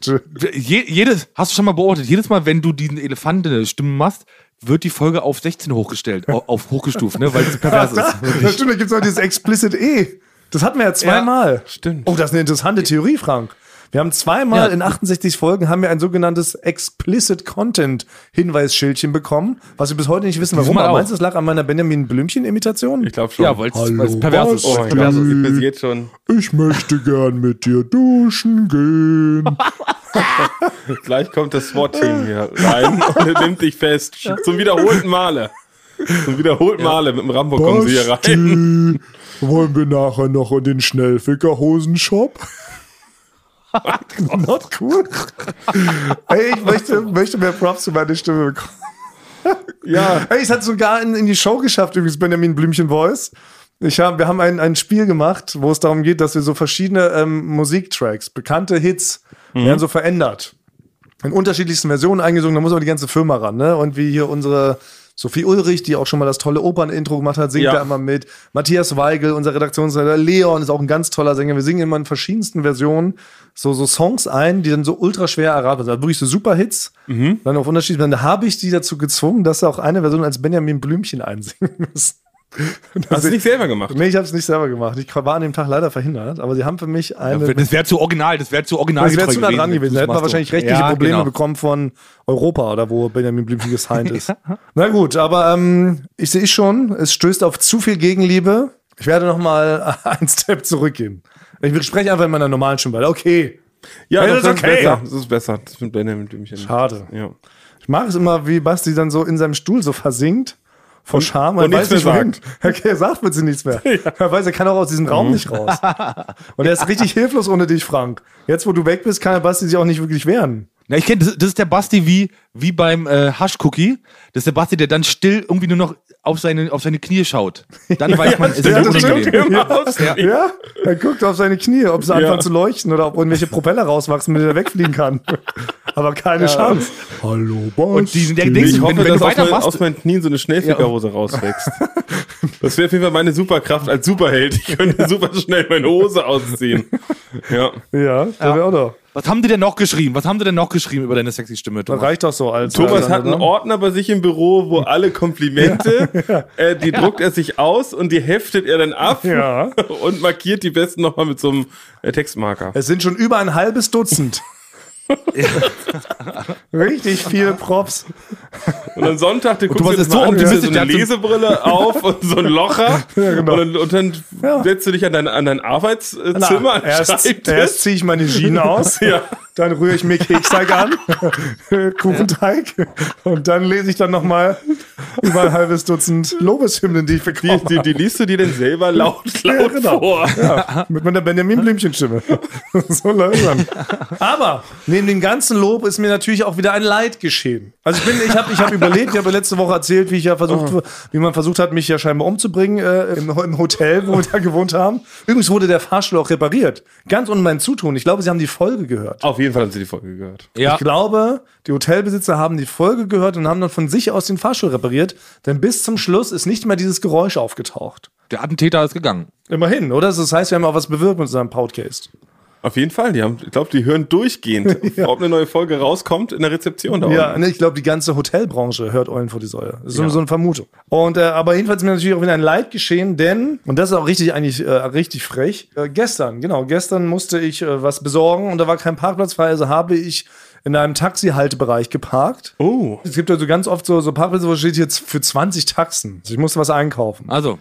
S3: Je, jedes, hast du schon mal beobachtet, jedes Mal, wenn du diesen Elefanten eine Stimme machst, wird die Folge auf 16 hochgestellt, au- auf hochgestuft, ne? Weil es pervers ist.
S2: Das stimmt, da gibt's auch dieses Explicit E. Das hatten wir ja zweimal.
S1: stimmt.
S2: Oh, das ist eine interessante Theorie, Frank. Wir haben zweimal
S3: Ja.
S2: in 68 Folgen haben wir ein sogenanntes Explicit Content Hinweisschildchen bekommen, was wir bis heute nicht wissen, warum.
S3: Diesmal
S2: Aber
S3: auch.
S2: meinst du, es lag an meiner Benjamin Blümchen Imitation?
S1: Ich glaube schon.
S3: Ja, weil
S2: Hallo,
S3: es pervers ist.
S1: Oh mein Gott,
S3: Pervers ist.
S1: ich bin jetzt schon.
S2: Ich möchte gern mit dir duschen gehen.
S1: Gleich kommt das SWAT-Team hier rein und nimmt dich fest. Zum wiederholten Male. Zum wiederholten Male. Mit dem Rambo kommen sie hier rein.
S2: Basti, wollen wir nachher noch in den Schnellficker-Hosenshop? Not cool. Ey, ich möchte, möchte mehr Props für meine Stimme bekommen.
S1: Ja.
S2: Hey, es hat sogar in, in die Show geschafft, übrigens, Benjamin Blümchen Voice. Ich hab, wir haben ein, ein Spiel gemacht, wo es darum geht, dass wir so verschiedene ähm, Musiktracks, bekannte Hits,
S1: Mhm.
S2: werden so verändert. In unterschiedlichsten Versionen eingesungen, da muss aber die ganze Firma ran, ne? Und wie hier unsere Sophie Ulrich, die auch schon mal das tolle Opernintro gemacht hat, singt
S1: Ja.
S2: da immer mit. Matthias Weigel, unser Redaktionsleiter, Leon ist auch ein ganz toller Sänger. Wir singen immer in verschiedensten Versionen so, so Songs ein, die dann so ultra schwer erratbar sind. Also wirklich so Superhits, dann auf Unterschied. Dann habe ich die dazu gezwungen, dass sie auch eine Version als Benjamin Blümchen einsingen müssen.
S1: Hast du nicht selber gemacht?
S2: Nee, ich habe es nicht selber gemacht. Ich war an dem Tag leider verhindert, aber sie haben für mich eine.
S3: Das wäre zu original, das wäre zu original.
S2: Das wäre zu nah dran gewesen. Da hätten wir wahrscheinlich rechtliche Probleme
S3: genau.
S1: genau.
S2: bekommen von Europa oder wo Benjamin Blümchen gesigned ist. Na gut, aber ähm, ich sehe schon, es stößt auf zu viel Gegenliebe. Ich werde nochmal einen Step zurückgehen. Ich spreche einfach in meiner normalen Stimme. Okay.
S1: Ja,
S2: Hey,
S1: doch,
S2: das
S1: das
S2: ist
S1: ist
S2: okay.
S1: besser. Das ist besser. Das mit Benjamin Blümchen.
S2: Schade.
S1: Ja.
S2: Ich mag es immer, wie Basti dann so in seinem Stuhl so versinkt. Vor Scham
S1: und nichts mehr
S2: Okay, er sagt plötzlich nichts mehr. Er weiß, er kann auch aus diesem Raum
S1: Mhm.
S2: nicht raus. Und er ist richtig hilflos ohne dich, Frank. Jetzt, wo du weg bist, kann der Basti sich auch nicht wirklich wehren.
S3: Na, ich kenne, das, das ist der Basti wie, wie beim äh, Haschcookie. Das ist der Basti, der dann still irgendwie nur noch auf seine, auf seine Knie schaut. Dann weiß man, es ist
S2: Ja, das
S3: unangenehm.
S2: stimmt.
S1: Ja.
S2: Ja, er guckt auf seine Knie, ob sie anfangen zu leuchten oder ob irgendwelche Propeller rauswachsen, mit denen er wegfliegen kann. Aber keine Chance. Hallo, Basti.
S3: Und die, der,
S1: Ich
S3: denkst,
S1: hoffe,
S3: wenn,
S1: dass
S3: wenn du
S1: aus, mein,
S3: weitermachst,
S1: aus meinen Knien so eine Schnellfickerhose rauswächst. Das wäre auf jeden Fall meine Superkraft als Superheld. Ich könnte super schnell meine Hose ausziehen. Ja.
S2: Ja, der wäre auch noch.
S3: was haben die denn noch geschrieben? Was haben die denn noch geschrieben über deine sexy Stimme,
S2: Das
S3: Thomas?
S2: reicht doch so als. ne?
S1: Thomas
S2: als
S1: hat einen
S2: andere.
S1: Ordner bei sich im Büro, wo alle Komplimente, Äh, die druckt er sich aus und die heftet er dann ab
S2: Ja.
S1: und markiert die besten nochmal mit so einem äh, Textmarker.
S2: Es sind schon über ein halbes Dutzend. Richtig viele Props.
S1: Und am Sonntag, der guckst
S3: Thomas
S1: du
S3: ist so
S1: mal an, du hast so
S3: optimistisch,
S1: eine
S3: der hat so-
S1: Lesebrille auf und so ein Locher.
S2: genau.
S1: und, dann- und dann
S2: Ja.
S1: setzt du dich an dein, an dein Arbeitszimmer, an den
S2: erst,
S1: Schreibtisch.
S2: erst ziehe ich meine Schiene aus,
S1: Ja.
S2: dann rühre ich mir Keksteig an, Kuchenteig und dann lese ich dann nochmal über ein halbes Dutzend Lobeshymnen, die ich
S1: Die,
S2: bekomme.
S1: die, die liest du dir denn selber laut,
S2: Ja,
S1: laut
S2: genau.
S1: vor.
S2: Ja, mit meiner Benjamin Blümchen-Stimme. so langsam. Aber neben dem ganzen Lob ist mir natürlich auch wieder ein Leid geschehen. Also ich bin, ich habe ich hab überlegt, ich habe letzte Woche erzählt, wie ich ja versucht, wie man versucht hat, mich ja scheinbar umzubringen äh, im, im Hotel, wo wir da gewohnt haben. Übrigens wurde der Fahrstuhl auch repariert. Ganz ohne mein Zutun. Ich glaube, sie haben die Folge gehört.
S1: Auf jeden Fall haben sie die Folge gehört.
S3: Ja.
S2: Ich glaube, die Hotelbesitzer haben die Folge gehört und haben dann von sich aus den Fahrstuhl repariert, denn bis zum Schluss ist nicht mehr dieses Geräusch aufgetaucht.
S3: Der Attentäter ist gegangen.
S2: Immerhin, oder? Also Das heißt, wir haben auch was bewirkt mit unserem Podcast.
S1: Auf jeden Fall. Die haben, ich glaube, die hören durchgehend, ob eine neue Folge rauskommt in der Rezeption da
S2: Ja,
S1: unten.
S2: ne, ich glaube, die ganze Hotelbranche hört Eulen vor die Säule. Das ist so eine Vermutung. Und, äh, aber jedenfalls ist mir natürlich auch wieder ein Leid geschehen, denn, und das ist auch richtig, eigentlich äh, richtig frech, äh, gestern, genau, gestern musste ich äh, was besorgen und da war kein Parkplatz frei, also habe ich in einem Taxihaltebereich geparkt.
S1: Oh.
S2: Es gibt ja so ganz oft so, so Parkplätze, wo steht jetzt für 20 Taxen. Also ich musste was einkaufen.
S3: Also,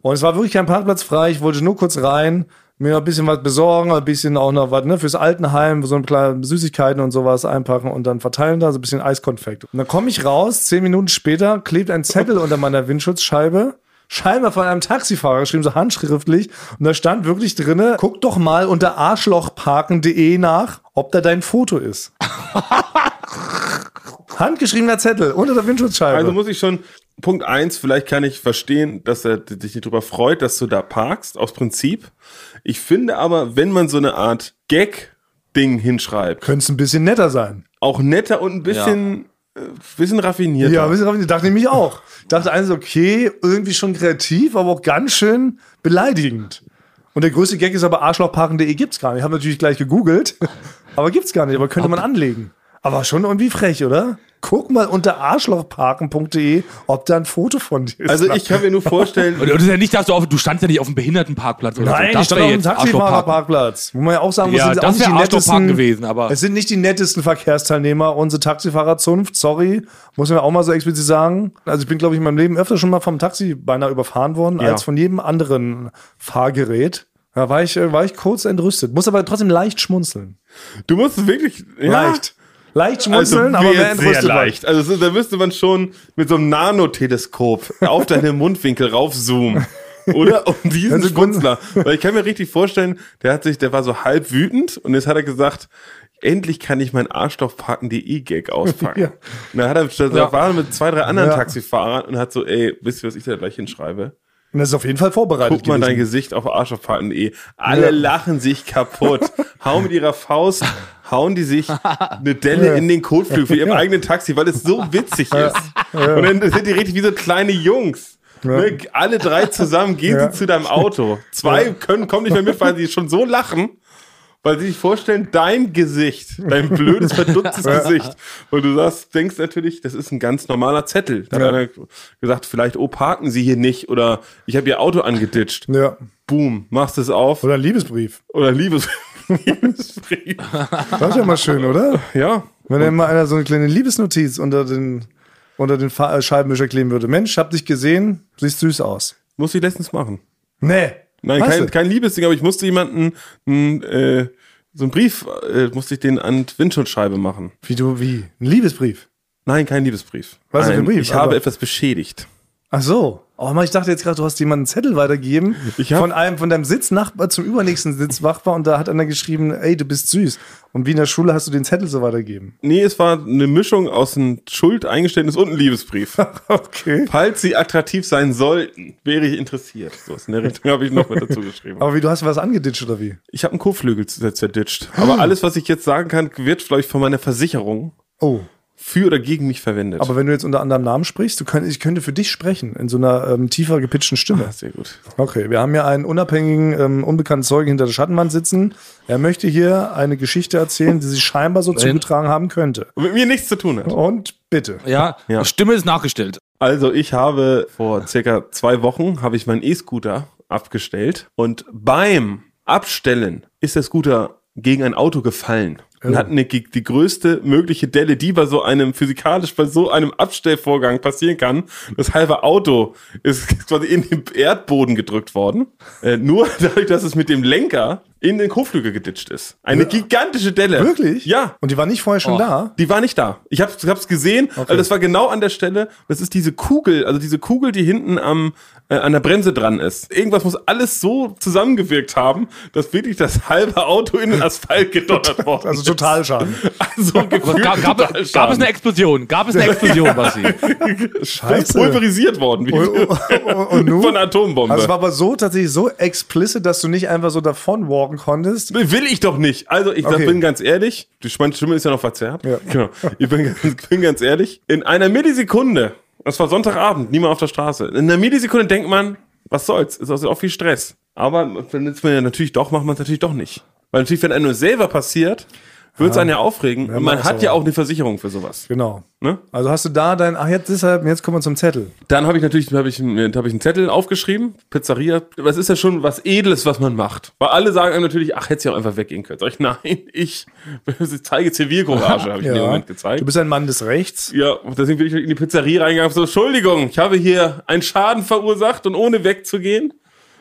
S2: Und es war wirklich kein Parkplatz frei. Ich wollte nur kurz rein, mir noch ein bisschen was besorgen, ein bisschen auch noch was ne, fürs Altenheim, so ein kleine Süßigkeiten und sowas einpacken und dann verteilen da so ein bisschen Eiskonfekt. Und dann komme ich raus, zehn Minuten später klebt ein Zettel unter meiner Windschutzscheibe. Scheinbar von einem Taxifahrer geschrieben, so handschriftlich. Und da stand wirklich drinne, guck doch mal unter arschlochparken.de nach, ob da dein Foto ist. Handgeschriebener Zettel unter der Windschutzscheibe.
S1: Also muss ich schon, Punkt eins, vielleicht kann ich verstehen, dass er dich nicht drüber freut, dass du da parkst, aus Prinzip. Ich finde aber, wenn man so eine Art Gag-Ding hinschreibt,
S2: Könnte es ein bisschen netter sein.
S1: auch netter und ein bisschen, äh, bisschen raffinierter.
S2: Ja, wissen Sie, dachte ich mich auch. Ich dachte eines, okay, irgendwie schon kreativ, aber auch ganz schön beleidigend. Und der größte Gag ist aber arschlochparken.de gibt's gar nicht. Ich habe natürlich gleich gegoogelt, aber gibt's gar nicht, aber könnte man anlegen. Aber schon irgendwie frech, oder? Guck mal unter arschlochparken.de, ob da ein Foto von dir ist.
S1: also ich kann mir nur vorstellen,
S3: und, und das ist ja nicht, dass du auf, du standst ja nicht auf dem Behindertenparkplatz oder so.
S2: Nein, ich stand auf dem Taxifahrerparkplatz. Wo man ja auch sagen muss,
S3: Ja,
S2: sind
S3: das
S2: auch nicht
S3: wär
S2: die
S3: Arschlochpark
S2: nettesten,
S3: gewesen, aber-
S2: es sind nicht die nettesten Verkehrsteilnehmer, unsere Taxifahrerzunft, sorry, muss man auch mal so explizit sagen. Also ich bin, glaube ich, in meinem Leben öfter schon mal vom Taxi beinahe überfahren worden, als von jedem anderen Fahrgerät. Da war ich, äh, war ich kurz entrüstet, muss aber trotzdem leicht schmunzeln.
S1: du musst wirklich, ja.
S2: Leicht. Leicht
S1: Also
S2: schmunzeln, aber
S1: wird
S2: wer entrüstet
S1: sehr
S2: war.
S1: leicht. Also es ist- da müsste man schon mit so einem Nanoteleskop auf deine Mundwinkel raufzoomen. Oder? Um diesen
S2: Also
S1: also
S2: grund-
S1: Schmunzler. Weil ich kann mir richtig vorstellen, der hat sich, der war so halb wütend und jetzt hat er gesagt, endlich kann ich meinen Arschlochparken.de Gag auspacken.
S2: Ja.
S1: Und dann hat er, da war er mit zwei, drei anderen
S2: Ja.
S1: Taxifahrern und hat so, ey, wisst ihr, was ich da gleich hinschreibe?
S2: Und das ist auf jeden Fall vorbereitet.
S1: Guck mal dein
S2: gewesen.
S1: Gesicht auf arschlochparken.de. Alle
S2: Ja.
S1: lachen sich kaputt. hauen mit ihrer Faust, hauen die sich eine
S2: Ja.
S1: Delle in den Kotflügel für ihrem
S2: Ja.
S1: eigenen Taxi, weil es so witzig ist. Und dann sind die richtig wie so kleine Jungs. Ne? Alle drei zusammen gehen
S2: Ja.
S1: sie zu deinem Auto. Zwei können, kommen nicht mehr mit, weil sie schon so lachen. Weil sie sich vorstellen, dein Gesicht, dein blödes, verdutztes Gesicht. Und du sagst, denkst natürlich, das ist ein ganz normaler Zettel. Da hat
S2: Ja.
S1: einer gesagt, vielleicht, oh, parken Sie hier nicht oder ich habe Ihr Auto angeditscht.
S2: Ja.
S1: Boom, machst es auf.
S2: Oder ein Liebesbrief.
S1: Oder Liebes Liebesbrief.
S2: Das ist ja mal schön, oder?
S1: Ja.
S2: Wenn dann mal einer so eine kleine Liebesnotiz unter den, unter den Fa- äh, Scheibenwischer kleben würde. Mensch, hab dich gesehen, siehst süß aus.
S1: Muss ich letztens machen.
S2: Nee.
S1: Nein,
S2: Weißt
S1: kein,
S2: du?
S1: kein Liebesding, aber ich musste jemanden, mh, äh, so einen Brief, äh, musste ich den an die Windschutzscheibe machen.
S2: Wie du, wie? Ein Liebesbrief.
S1: Nein, kein Liebesbrief.
S2: Was ist
S1: ein
S2: denn für ein Brief?
S1: Ich
S2: Aber-
S1: habe etwas beschädigt.
S2: Ach so. Oh Mann, ich dachte jetzt gerade, du hast jemanden einen Zettel weitergegeben
S1: Ich hab-
S2: von einem von deinem Sitznachbar zum übernächsten Sitznachbar und da hat einer geschrieben, ey, du bist süß. Und wie in der Schule hast du den Zettel so weitergegeben.
S1: Nee, es war eine Mischung aus einem Schuldeingeständnis und einem Liebesbrief.
S2: Okay.
S1: Falls sie attraktiv sein sollten, wäre ich interessiert. So in der Richtung habe ich noch mit dazu geschrieben.
S2: Aber wie du hast was angeditscht oder wie?
S1: Ich habe einen Kotflügel zer- zerditscht. Aber alles, was ich jetzt sagen kann, wird vielleicht von meiner Versicherung
S2: Oh.
S1: für oder gegen mich verwendet.
S2: Aber wenn du jetzt unter anderem Namen sprichst, du könnt, ich könnte für dich sprechen in so einer ähm, tiefer gepitchten Stimme.
S1: Ah, sehr gut.
S2: Okay, wir haben hier einen unabhängigen, ähm, unbekannten Zeugen hinter der Schattenwand sitzen. Er möchte hier eine Geschichte erzählen, die sich scheinbar so zugetragen haben könnte.
S1: Und mit mir nichts zu tun hat.
S2: Und bitte.
S3: Ja,
S1: Ja.
S3: Stimme ist nachgestellt.
S1: Also ich habe vor circa zwei Wochen habe ich meinen E-Scooter abgestellt und beim Abstellen ist der Scooter gegen ein Auto gefallen und hat eine, die größte mögliche Delle, die bei so einem physikalisch bei so einem Abstellvorgang passieren kann. Das halbe Auto ist quasi in den Erdboden gedrückt worden, äh, nur dadurch, dass es mit dem Lenker in den Kotflügel geditscht ist. Eine gigantische Delle.
S2: Wirklich?
S1: Ja.
S2: Und die war nicht vorher schon
S3: Oh.
S2: da?
S1: Die war nicht da. Ich hab's, hab's gesehen. Also das war genau an der Stelle. Das ist diese Kugel, also diese Kugel, die hinten am äh, an der Bremse dran ist. Irgendwas muss alles so zusammengewirkt haben, dass wirklich das halbe Auto in den Asphalt gedonnert worden
S2: Also
S1: ist.
S2: Totalschaden.
S1: Also gefühlt
S3: Gab, gab,
S1: total
S3: gab es eine
S1: Schaden.
S3: Explosion? Gab es eine Explosion, Basti?
S2: Scheiße.
S1: pulverisiert worden wie
S3: oh.
S2: Und nun?
S1: von einer Atombombe.
S2: Also es war aber so tatsächlich so explicit, dass du nicht einfach so davon walken konntest.
S1: Will ich doch nicht. Also ich
S2: Okay.
S1: bin ganz ehrlich, die meine Stimme ist ja noch verzerrt.
S2: Ja.
S1: Genau. Ich bin, bin ganz ehrlich. In einer Millisekunde, das war Sonntagabend, niemand auf der Straße. In einer Millisekunde denkt man, was soll's, ist also auch viel Stress. Aber wenn es mir natürlich doch, macht man es natürlich doch nicht. Weil natürlich, wenn einem nur selber passiert, wird es einen ja aufregen. Und man
S2: macht's
S1: hat ja
S2: aber.
S1: auch eine Versicherung für sowas.
S2: Genau.
S1: Ne?
S2: Also hast du da dein, ach jetzt deshalb, jetzt kommen wir zum Zettel.
S1: Dann habe ich natürlich hab ich, mir- hab ich einen Zettel aufgeschrieben, Pizzeria. Das ist ja schon was Edles, was man macht. Weil alle sagen einem natürlich, ach, hätte sie auch einfach weggehen können. Sag ich, nein, ich, ich zeige Zivilcourage, habe ich in dem Moment gezeigt.
S2: Du bist ein Mann des Rechts.
S1: ja, und deswegen bin ich in die Pizzeria reingegangen. So, Entschuldigung, ich habe hier einen Schaden verursacht und ohne wegzugehen,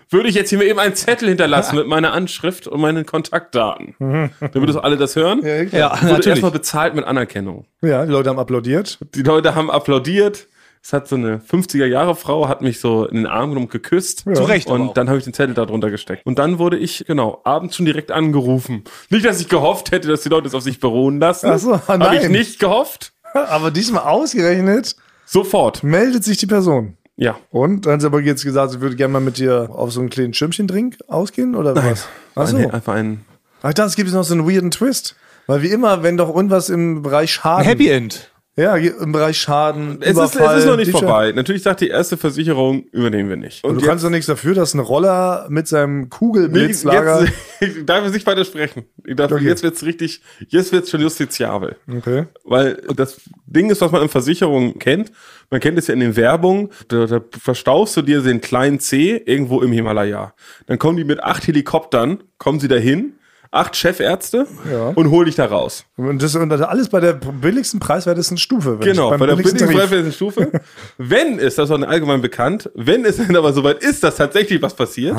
S1: würde ich jetzt hier mir eben einen Zettel hinterlassen mit meiner Anschrift und meinen Kontaktdaten.
S2: Mhm.
S1: Damit das alle das hören. Ja,
S3: ja,
S1: Wurde erstmal bezahlt mit Anerkennung.
S2: Ja, die Leute haben applaudiert.
S1: Die Leute haben applaudiert. Es hat so eine 50er-Jahre-Frau, hat mich so in den Arm genommen, geküsst.
S3: Zu Recht aber auch.
S1: Und dann habe ich den Zettel da drunter gesteckt. Und dann wurde ich, genau, abends schon direkt angerufen. Nicht, dass ich gehofft hätte, dass die Leute es auf sich beruhen lassen.
S2: Ach so, ah,
S1: Habe ich
S2: nein.
S1: nicht gehofft.
S2: Aber diesmal ausgerechnet
S1: Sofort.
S2: meldet sich die Person.
S1: Ja.
S2: Und dann hat sie aber jetzt gesagt, sie würde gerne mal mit dir auf so einen kleinen Schirmchen-Drink ausgehen oder was? Achso.
S1: Ein, einfach ein.
S2: Ach, das gibt es noch so einen weirden Twist. Weil wie immer, wenn doch irgendwas im Bereich Schaden.
S3: Happy End.
S2: Ja, im Bereich Schaden.
S1: Es ist, es
S2: Überfall,
S1: ist noch nicht
S2: Diebstahl.
S1: vorbei. Natürlich sagt die erste Versicherung, übernehmen wir nicht.
S2: Und du
S1: jetzt-
S2: kannst doch nichts dafür, dass ein Roller mit seinem
S1: Nee,
S2: Kugelblitzlager.
S1: Jetzt, ich darf jetzt nicht weiter sprechen. Ich darf,
S2: Okay.
S1: Jetzt wird's richtig, jetzt wird's schon justiziabel.
S2: Okay.
S1: Weil das Ding ist, was man in Versicherungen kennt, man kennt es ja in den Werbungen, da, da verstaust du dir den kleinen C irgendwo im Himalaya. Dann kommen die mit acht Helikoptern, kommen sie dahin, acht Chefärzte
S2: Ja.
S1: und hol dich da raus.
S2: Und das, und das alles bei der billigsten, preiswertesten Stufe. wenn
S1: Genau,
S2: ich- beim
S1: bei der
S2: billigsten Tarif.
S1: billigsten Stufe. wenn es, das war dann allgemein bekannt, wenn es dann aber soweit ist, dass tatsächlich was passiert,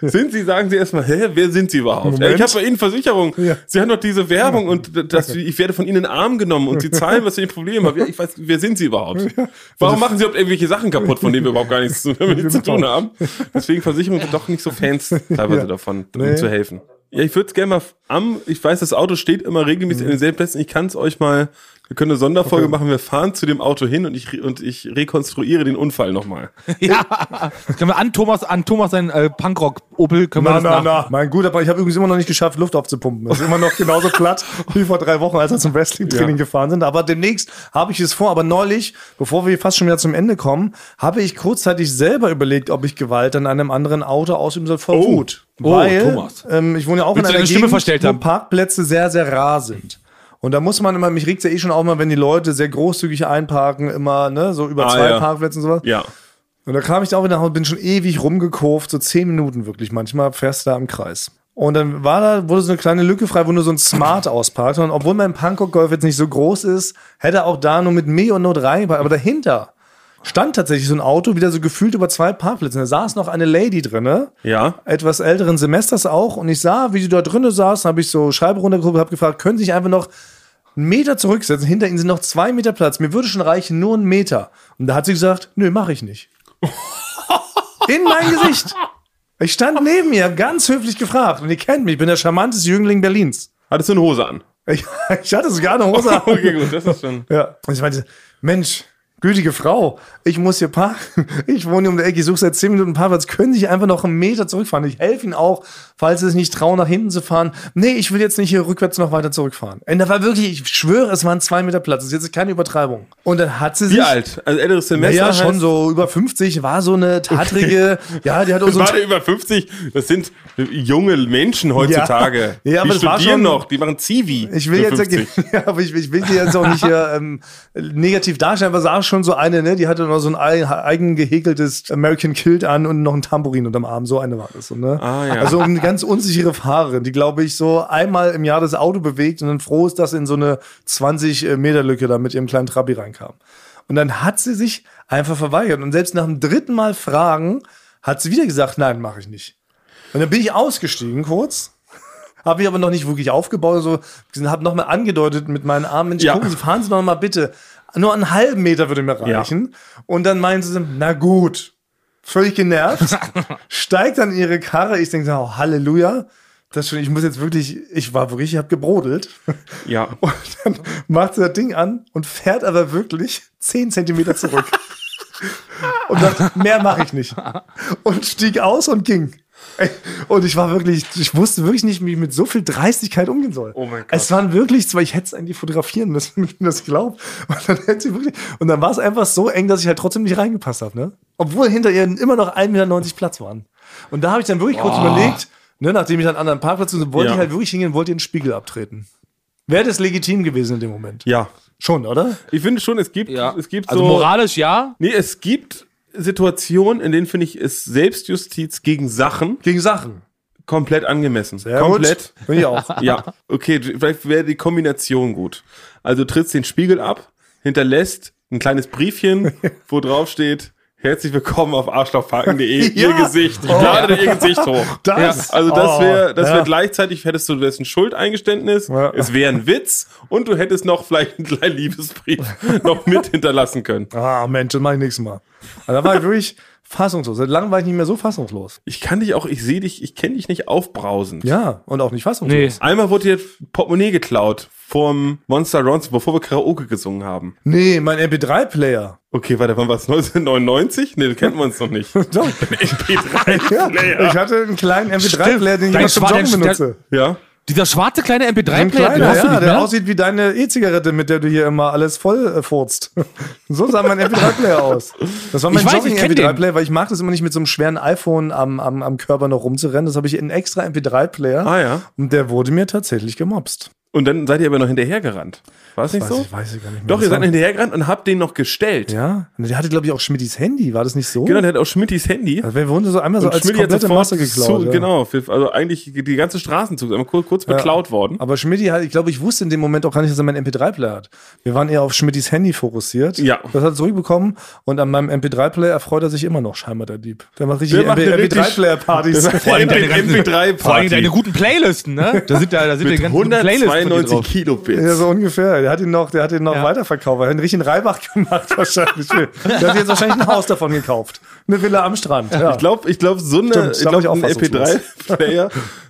S1: sind sie, sagen sie erstmal, hä, wer sind sie überhaupt?
S2: Ah. Moment.
S1: Ich habe bei ihnen Versicherung.
S2: Ja.
S1: Sie haben doch diese Werbung und das, ich werde von ihnen in den Arm genommen und sie zahlen, was für ein Problem haben. Ich weiß, wer sind sie überhaupt?
S2: Also
S1: Warum machen sie überhaupt irgendwelche Sachen kaputt, von denen wir überhaupt gar nichts zu,
S2: Genau.
S1: damit zu tun haben? Deswegen Versicherungen sind doch nicht so Fans teilweise davon, um zu helfen. Ja, ich würde es gerne mal am, ich weiß, das Auto steht immer regelmäßig
S2: Mhm.
S1: in denselben Plätzen. Ich kann es euch mal, wir können eine Sonderfolge machen, wir fahren zu dem Auto hin und ich, re- und ich rekonstruiere den Unfall nochmal.
S3: Ja. Das können wir an Thomas, an Thomas sein äh, Punkrock Opel können
S2: Na,
S3: wir das
S2: na,
S3: nach
S2: na. Mein guter, aber ich habe übrigens immer noch nicht geschafft, Luft aufzupumpen. Das ist immer noch genauso platt wie vor drei Wochen, als wir zum Wrestling-Training
S1: Ja.
S2: gefahren sind. Aber demnächst habe ich es vor. Aber neulich, bevor wir fast schon wieder zum Ende kommen, habe ich kurzzeitig selber überlegt, ob ich Gewalt an einem anderen Auto ausüben soll vor Wut.
S3: Oh,
S2: Weil,
S3: Thomas.
S2: Ähm, ich wohne ja auch
S3: Willst du
S2: in einer
S3: deine Stimme
S2: Gegend,
S3: verstellt
S2: wo
S3: haben?
S2: Parkplätze sehr, sehr rar sind. Und da muss man immer, mich regt ja eh schon auch mal, wenn die Leute sehr großzügig einparken, immer, ne, so über
S1: Ah,
S2: zwei
S1: ja.
S2: Parkplätze und sowas.
S1: Ja.
S2: Und da kam ich da auch wieder nach Hause, bin schon ewig rumgekurvt, so zehn Minuten wirklich. Manchmal fährst du da im Kreis. Und dann war da, wurde so eine kleine Lücke frei, wo nur so ein Smart ausparkt. Und obwohl mein Pankow Golf jetzt nicht so groß ist, hätte er auch da nur mit Mio Not reingeparkt. Aber dahinter stand tatsächlich so ein Auto wieder so gefühlt über zwei Parkplätze. Da saß noch eine Lady drinne,
S1: Ja.
S2: etwas älteren Semesters auch. Und ich sah, wie sie da drinne saß, habe ich so Scheibe runtergehoben, habe gefragt, können Sie sich einfach noch einen Meter zurücksetzen? Hinter Ihnen sind noch zwei Meter Platz. Mir würde schon reichen, nur ein Meter. Und da hat sie gesagt, nö, mache ich nicht. In mein Gesicht. Ich stand neben ihr, ganz höflich gefragt. Und ihr kennt mich, ich bin der charmanteste Jüngling Berlins.
S1: Hattest du eine Hose an?
S2: Ich, ich hatte sogar eine Hose an.
S1: Okay, gut, das ist schon.
S2: Ja. Und ich meinte, Mensch, gütige Frau, ich muss hier parken. Ich wohne hier um der Ecke, ich suche seit 10 Minuten einen Parkplatz. Können Sie einfach noch einen Meter zurückfahren? Ich helfe Ihnen auch, falls Sie sich nicht trauen, nach hinten zu fahren. Nee, ich will jetzt nicht hier rückwärts noch weiter zurückfahren. Und da war wirklich, ich schwöre, es waren zwei Meter Platz. Das ist jetzt keine Übertreibung. Und dann hat sie sich...
S1: Wie alt? Also älteres Semester.
S2: Ja,
S1: heißt-
S2: schon so über 50, war so eine tatrige, ja, die hat auch so ein
S1: Warte, über 50, das sind junge Menschen heutzutage.
S2: Ja, aber
S1: die
S2: das war
S1: studieren
S2: schon-
S1: noch, die machen Zivi.
S2: Ich will
S1: mit
S2: jetzt,
S1: 50.
S2: ja, aber ich, ich will die jetzt auch nicht hier ähm, negativ darstellen, aber sah schon so eine, ne? Die hatte noch so ein ei- eigen gehäkeltes American Kilt an und noch ein Tambourin unterm Arm. So eine war das, so, ne?
S1: Ah, ja.
S2: Also eine ganz unsichere Fahrerin, die, glaube ich, so einmal im Jahr das Auto bewegt und dann froh ist, dass in so eine 20-Meter-Lücke da mit ihrem kleinen Trabi reinkam. Und dann hat sie sich einfach verweigert. Und selbst nach dem dritten Mal fragen, hat sie wieder gesagt, nein, mache ich nicht. Und dann bin ich ausgestiegen kurz. Habe ich aber noch nicht wirklich aufgebaut. So, habe nochmal angedeutet mit meinen Armen, Mensch,
S1: Ja.
S2: gucken Sie, fahren Sie noch mal bitte. Nur einen halben Meter würde mir
S1: Ja.
S2: reichen. Und dann meinen sie, na gut. Völlig genervt. steigt dann in ihre Karre. Ich denke, oh, Halleluja. Das schon, ich muss jetzt wirklich, ich war wirklich, ich habe gebrodelt.
S1: Ja.
S2: Und dann macht sie das Ding an und fährt aber wirklich 10 Zentimeter zurück. und sagt, mehr mache ich nicht. Und stieg aus und ging. Ey, Und ich war wirklich, ich wusste wirklich nicht, wie ich mit so viel Dreistigkeit umgehen soll.
S1: Oh mein Gott.
S2: Es waren wirklich zwei, ich hätte es eigentlich fotografieren müssen, wenn ich das glaubt. Und dann hätte sie wirklich, und dann war es einfach so eng, dass ich halt trotzdem nicht reingepasst habe, ne? Obwohl hinter ihr immer noch 1,90 Meter Platz waren. Und da habe ich dann wirklich kurz überlegt, ne, nachdem ich an einen anderen Parkplatz und wollte
S1: Ja.
S2: ich halt wirklich hingehen, wollte ihr den Spiegel abtreten. Wäre das legitim gewesen in dem Moment?
S1: Ja.
S2: Schon, oder?
S1: Ich finde schon, es gibt,
S3: Ja.
S1: es gibt
S3: also
S1: so.
S3: moralisch ja.
S1: Nee, es gibt Situationen, in denen finde ich es Selbstjustiz gegen Sachen
S2: Gegen Sachen.
S1: komplett angemessen.
S2: Ja,
S1: komplett.
S2: gut. Bin ich auch.
S1: Ja, okay, vielleicht wäre die Kombination gut. Also du trittst den Spiegel ab, hinterlässt ein kleines Briefchen, wo drauf steht, herzlich willkommen auf arschlochparken.de,
S2: Ja. Oh.
S1: ihr Gesicht. Ich lade dir ihr Gesicht hoch.
S2: Das-
S1: ja, also das
S2: oh,
S1: wäre, das
S2: ja.
S1: wäre gleichzeitig, hättest du dessen Schuldeingeständnis,
S2: Ja.
S1: es wäre ein Witz und du hättest noch vielleicht einen kleinen Liebesbrief noch mit hinterlassen können.
S2: Ah, Mensch, das mache ich nächstes Mal. Aber da war ich wirklich fassungslos. Seit langem war ich nicht mehr so fassungslos.
S1: Ich kann dich auch, ich sehe dich, ich kenne dich nicht aufbrausend.
S2: Ja, und auch nicht
S3: Nee.
S2: fassungslos.
S1: Einmal wurde dir Portemonnaie geklaut vom Monster Ronson, bevor wir Karaoke gesungen haben.
S2: Nee, mein MP3-Player.
S1: Okay, warte, wann war es? 1999? Nee, da kennen wir uns noch nicht.
S2: Doch. Ja,
S1: MP3-Player.
S2: ich hatte einen kleinen MP3-Player, den ich
S3: Dein
S2: noch zum
S3: Schwa-
S2: Joggen
S3: der-
S2: benutze.
S1: Ja.
S3: Dieser schwarze kleine
S2: Ein
S3: MP3-Player, den
S2: kleiner,
S3: hast du
S2: ja,
S3: nicht
S2: der
S3: mehr?
S2: aussieht wie deine E-Zigarette, mit der du hier immer alles voll äh, furzt. So sah mein MP3-Player aus. Das war mein
S3: Ich weiß, ich kenn den.
S2: Jogging-MP3-Player, weil ich mag das immer nicht mit so einem schweren iPhone am, am, am Körper noch rumzurennen. Das habe ich in einen extra MP3-Player.
S1: Ah ja.
S2: Und der wurde mir tatsächlich gemobst.
S1: Und dann seid ihr aber noch hinterhergerannt. War es nicht
S2: Weiß
S1: so?
S2: ich, weiß ich gar nicht mehr.
S1: Doch, ihr
S2: Das
S1: seid noch
S2: war-
S1: hinterhergerannt und habt den noch gestellt.
S2: Ja, Und der hatte, glaube ich, auch Schmidtis Handy, war das nicht so?
S1: Genau, der hat auch Schmittis Handy.
S2: Also wir wurden so einmal so
S1: Und
S2: als
S1: Schmitty
S2: komplette Masse geklaut.
S1: zu,
S2: ja.
S1: Genau, für- also eigentlich die ganze Straßenzug, einmal kurz, kurz beklaut worden.
S2: Aber Schmidti hat, ich glaube, ich wusste in dem Moment auch gar nicht, dass er meinen MP3-Player hat. Wir waren eher auf Schmidtis Handy fokussiert.
S1: Ja.
S2: Das hat er zurückbekommen und an meinem MP3-Player erfreut er sich immer noch, scheinbar der Dieb. Der macht richtig
S1: Der macht eine richtig-
S2: MP3-Player-Partys.
S1: Vor allem deine MP3-Party.
S3: Vor allem deine guten Playlisten, ne? Da sind ja, da sind ja die ganzen guten Playlisten von dir
S1: 192
S3: drauf.
S1: Kilobits.
S2: Ja, so ungefähr. Der hat ihn noch, der hat ihn noch
S3: Ja.
S2: weiterverkauft. Er hat einen richtigen Reibach gemacht, wahrscheinlich. der hat sich jetzt wahrscheinlich ein Haus davon gekauft. Eine Villa am Strand. Ja.
S1: Ich glaube, ich glaub, so eine,
S2: Stimmt,
S1: ich
S2: da
S1: glaub,
S2: bin ich auch
S1: ein
S2: fassungslos.
S1: MP3-Player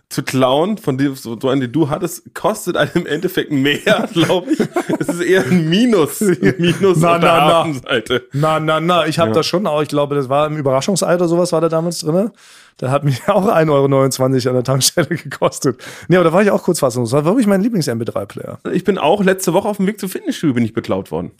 S1: zu klauen, von dem so, so einen, den du hattest, kostet einem im Endeffekt mehr, glaube ich. Es ist eher ein Minus. Ein Minus
S2: Na,
S1: auf der
S2: na, na.
S1: Hafenseite.
S2: Na, na, na, ich habe das schon auch. Ich glaube, das war im Überraschungsei oder sowas war da damals drin. Da hat mich auch 1,29 Euro an der Tankstelle gekostet. Nee, aber da war ich auch kurz fassungslos. Das war wirklich mein Lieblings-MP3-Player.
S1: Ich bin auch letzte Woche auf dem Weg zum Fitnessstudio bin ich beklaut worden.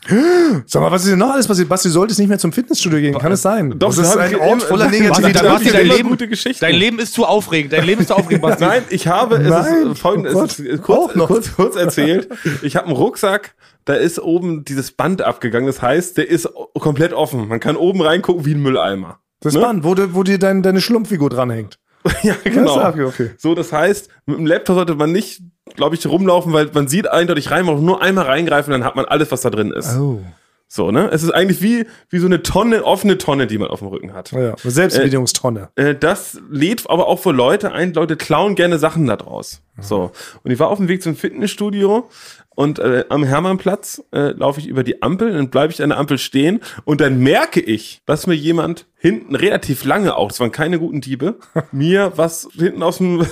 S2: Sag mal, was ist denn noch alles passiert? Basti, du solltest nicht mehr zum Fitnessstudio gehen. Kann es sein?
S1: Doch,
S2: das
S1: das
S2: ist
S1: hab
S2: ein
S1: ich
S2: Ort
S1: eben-
S2: voller
S1: Basti,
S3: Basti,
S2: Negativität.
S3: da Basti, dein,
S1: Immer
S3: Leben,
S1: gute Geschichten.
S3: dein Leben ist zu aufregend. Dein Leben ist zu aufregend, Basti.
S1: Nein, ich habe, es
S2: Nein,
S1: ist folgendes,
S2: oh
S1: es ist
S2: Gott,
S1: kurz,
S2: auch noch.
S1: kurz, kurz erzählt. Ich habe einen Rucksack, da ist oben dieses Band abgegangen. Das heißt, der ist o- komplett offen. Man kann oben reingucken wie ein Mülleimer.
S2: Das ist spannend, wo, du- wo dir dein, deine Schlumpffigur dranhängt.
S1: Ja, genau.
S2: Ja, okay.
S1: So, das heißt, mit dem Laptop sollte man nicht, glaube ich, rumlaufen, weil man sieht eindeutig rein, man muss nur einmal reingreifen, dann hat man alles, was da drin ist.
S2: Oh.
S1: So, ne? Es ist eigentlich wie, wie so eine Tonne, offene Tonne, die man auf dem Rücken hat.
S2: Ja, eine Selbstbedienungstonne.
S1: Äh, das lädt aber auch für Leute ein. Leute klauen gerne Sachen da draus.
S2: Mhm.
S1: So. Und ich war auf dem Weg zum Fitnessstudio und äh, am Hermannplatz äh, laufe ich über die Ampel, dann bleibe ich an der Ampel stehen und dann merke ich, dass mir jemand hinten relativ lange auch, das waren keine guten Diebe, mir was hinten aus dem aus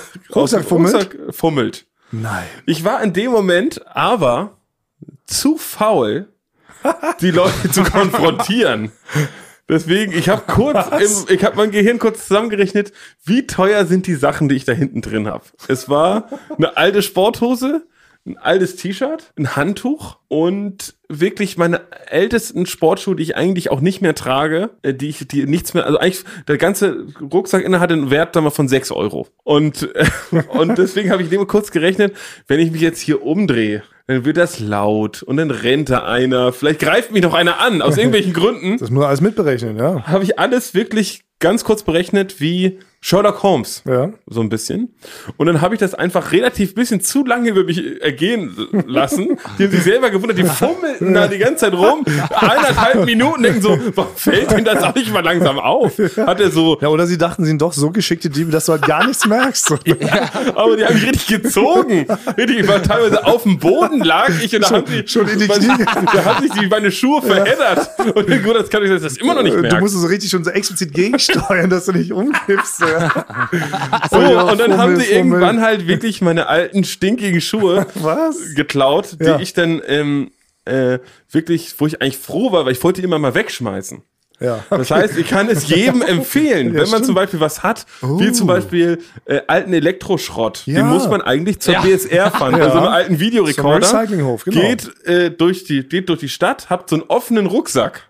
S1: dem
S2: Rucksack fummelt?
S1: fummelt.
S2: Nein.
S1: Ich war in dem Moment aber zu faul, die Leute zu konfrontieren. Deswegen, ich habe kurz, im, ich habe mein Gehirn kurz zusammengerechnet, wie teuer sind die Sachen, die ich da hinten drin habe. Es war eine alte Sporthose, ein altes T-Shirt, ein Handtuch und wirklich meine ältesten Sportschuhe, die ich eigentlich auch nicht mehr trage, äh, die ich, die nichts mehr, also eigentlich der ganze Rucksack inne hatte einen Wert dann mal von 6 Euro. Und, äh, und deswegen habe ich dem kurz gerechnet, wenn ich mich jetzt hier umdrehe, dann wird das laut und dann rennt da einer, vielleicht greift mich noch einer an, aus irgendwelchen Gründen
S2: Das muss man alles mitberechnen, ja.
S1: habe ich alles wirklich ganz kurz berechnet wie Sherlock Holmes.
S2: Ja.
S1: So ein bisschen. Und dann habe ich das einfach relativ bisschen zu lange über mich ergehen lassen. Die haben sich selber gewundert, die fummelten da die ganze Zeit rum. Eineinhalb Minuten denken so, warum fällt denn das auch nicht mal langsam auf? Hat er so,
S2: Ja, oder sie dachten, sie sind doch so geschickte Diebe, dass du halt gar nichts merkst.
S1: aber die haben mich richtig gezogen. Richtig, ich war teilweise auf dem Boden lag ich und da haben sie,
S2: schon in die Knie.
S1: da haben sich die, meine Schuhe verheddert. Und gut, das kann ich das immer noch nicht merken.
S2: Äh, Du musst es so richtig schon so explizit gegensteuern, dass du nicht umkippst. Ja.
S1: So,
S2: Ja,
S1: Oh, und dann
S2: Fummel,
S1: haben sie
S2: Fummel.
S1: irgendwann halt wirklich meine alten, stinkigen Schuhe
S2: Was?
S1: geklaut, die
S2: Ja.
S1: ich dann ähm, äh, wirklich, wo ich eigentlich froh war, weil ich wollte die immer mal wegschmeißen.
S2: Ja.
S1: Das heißt, ich kann es jedem empfehlen, wenn man zum Beispiel was hat, wie zum Beispiel äh, alten Elektroschrott,
S2: Oh. Ja.
S1: den muss man eigentlich zur BSR fahren, also einem alten Videorekorder.
S2: Zum Recyclinghof, genau.
S1: Geht, äh, durch die, geht durch die Stadt, habt so einen offenen Rucksack.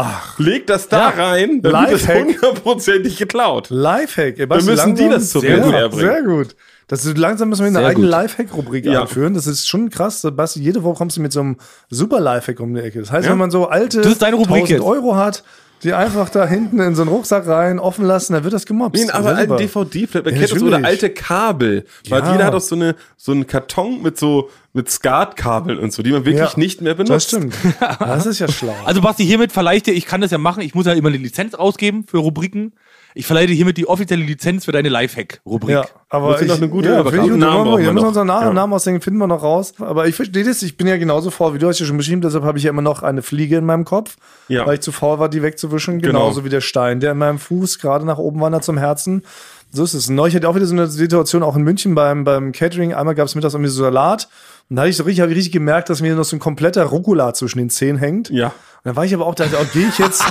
S1: Ach. Legt das da
S3: Ja.
S1: rein, dann wird das
S2: Lifehack.
S1: hundertprozentig geklaut.
S2: Lifehack. Wir
S1: müssen die das zur
S2: sehr,
S1: Bildung
S2: ja,
S1: erbringen.
S2: Sehr gut. Das ist, langsam müssen wir eine
S3: Sehr
S2: eigene
S3: gut.
S2: Lifehack-Rubrik
S1: Ja.
S2: einführen. Das ist schon krass. Basti, jede Woche kommst du mit so einem super Lifehack um die Ecke. Das heißt,
S1: Ja.
S2: wenn man so alte
S3: Das ist deine
S2: 1000
S3: Rubrik jetzt.
S2: Euro hat, die einfach da hinten in so einen Rucksack rein, offen lassen, dann wird das gemobst.
S1: Nee, aber alten
S2: Selber.
S1: DVD-Flip, man kennt das oder
S2: natürlich.
S1: alte Kabel. Weil
S2: Ja.
S1: jeder hat auch so, eine, so einen Karton mit so mit Skatkabeln und so, die man wirklich nicht mehr benutzt.
S2: Das stimmt. Das ist ja schlau.
S3: Also Basti, hiermit verleihe ich dir, ich kann das ja machen, ich muss ja immer eine Lizenz ausgeben für Rubriken. Ich verleihe dir hiermit die offizielle Lizenz für deine Lifehack-Rubrik.
S2: Ja, aber
S1: Muss ich noch eine gute
S2: ja,
S1: Übergabe-
S2: finde ich
S1: Namen
S2: und Namen
S1: brauchen wir
S2: wir müssen
S1: noch.
S2: unseren Namen,
S1: Ja.
S2: Namen ausdenken, finden wir noch raus. Aber ich verstehe das, ich bin ja genauso faul, wie du hast ja schon beschrieben, deshalb habe ich ja immer noch eine Fliege in meinem Kopf,
S1: Ja.
S2: weil ich zu faul war, die wegzuwischen.
S1: Genau.
S2: Genauso wie der Stein, der in meinem Fuß gerade nach oben wandert zum Herzen. So ist es. Und Neulich hatte ich auch wieder so eine Situation, auch in München beim, beim Catering. Einmal gab es mittags irgendwie so Salat. Und da hatte ich so richtig, habe ich richtig gemerkt, dass mir noch so ein kompletter Rucola zwischen den Zähnen hängt.
S1: Ja.
S2: Und dann war ich aber auch, dachte, oh, gehe ich jetzt,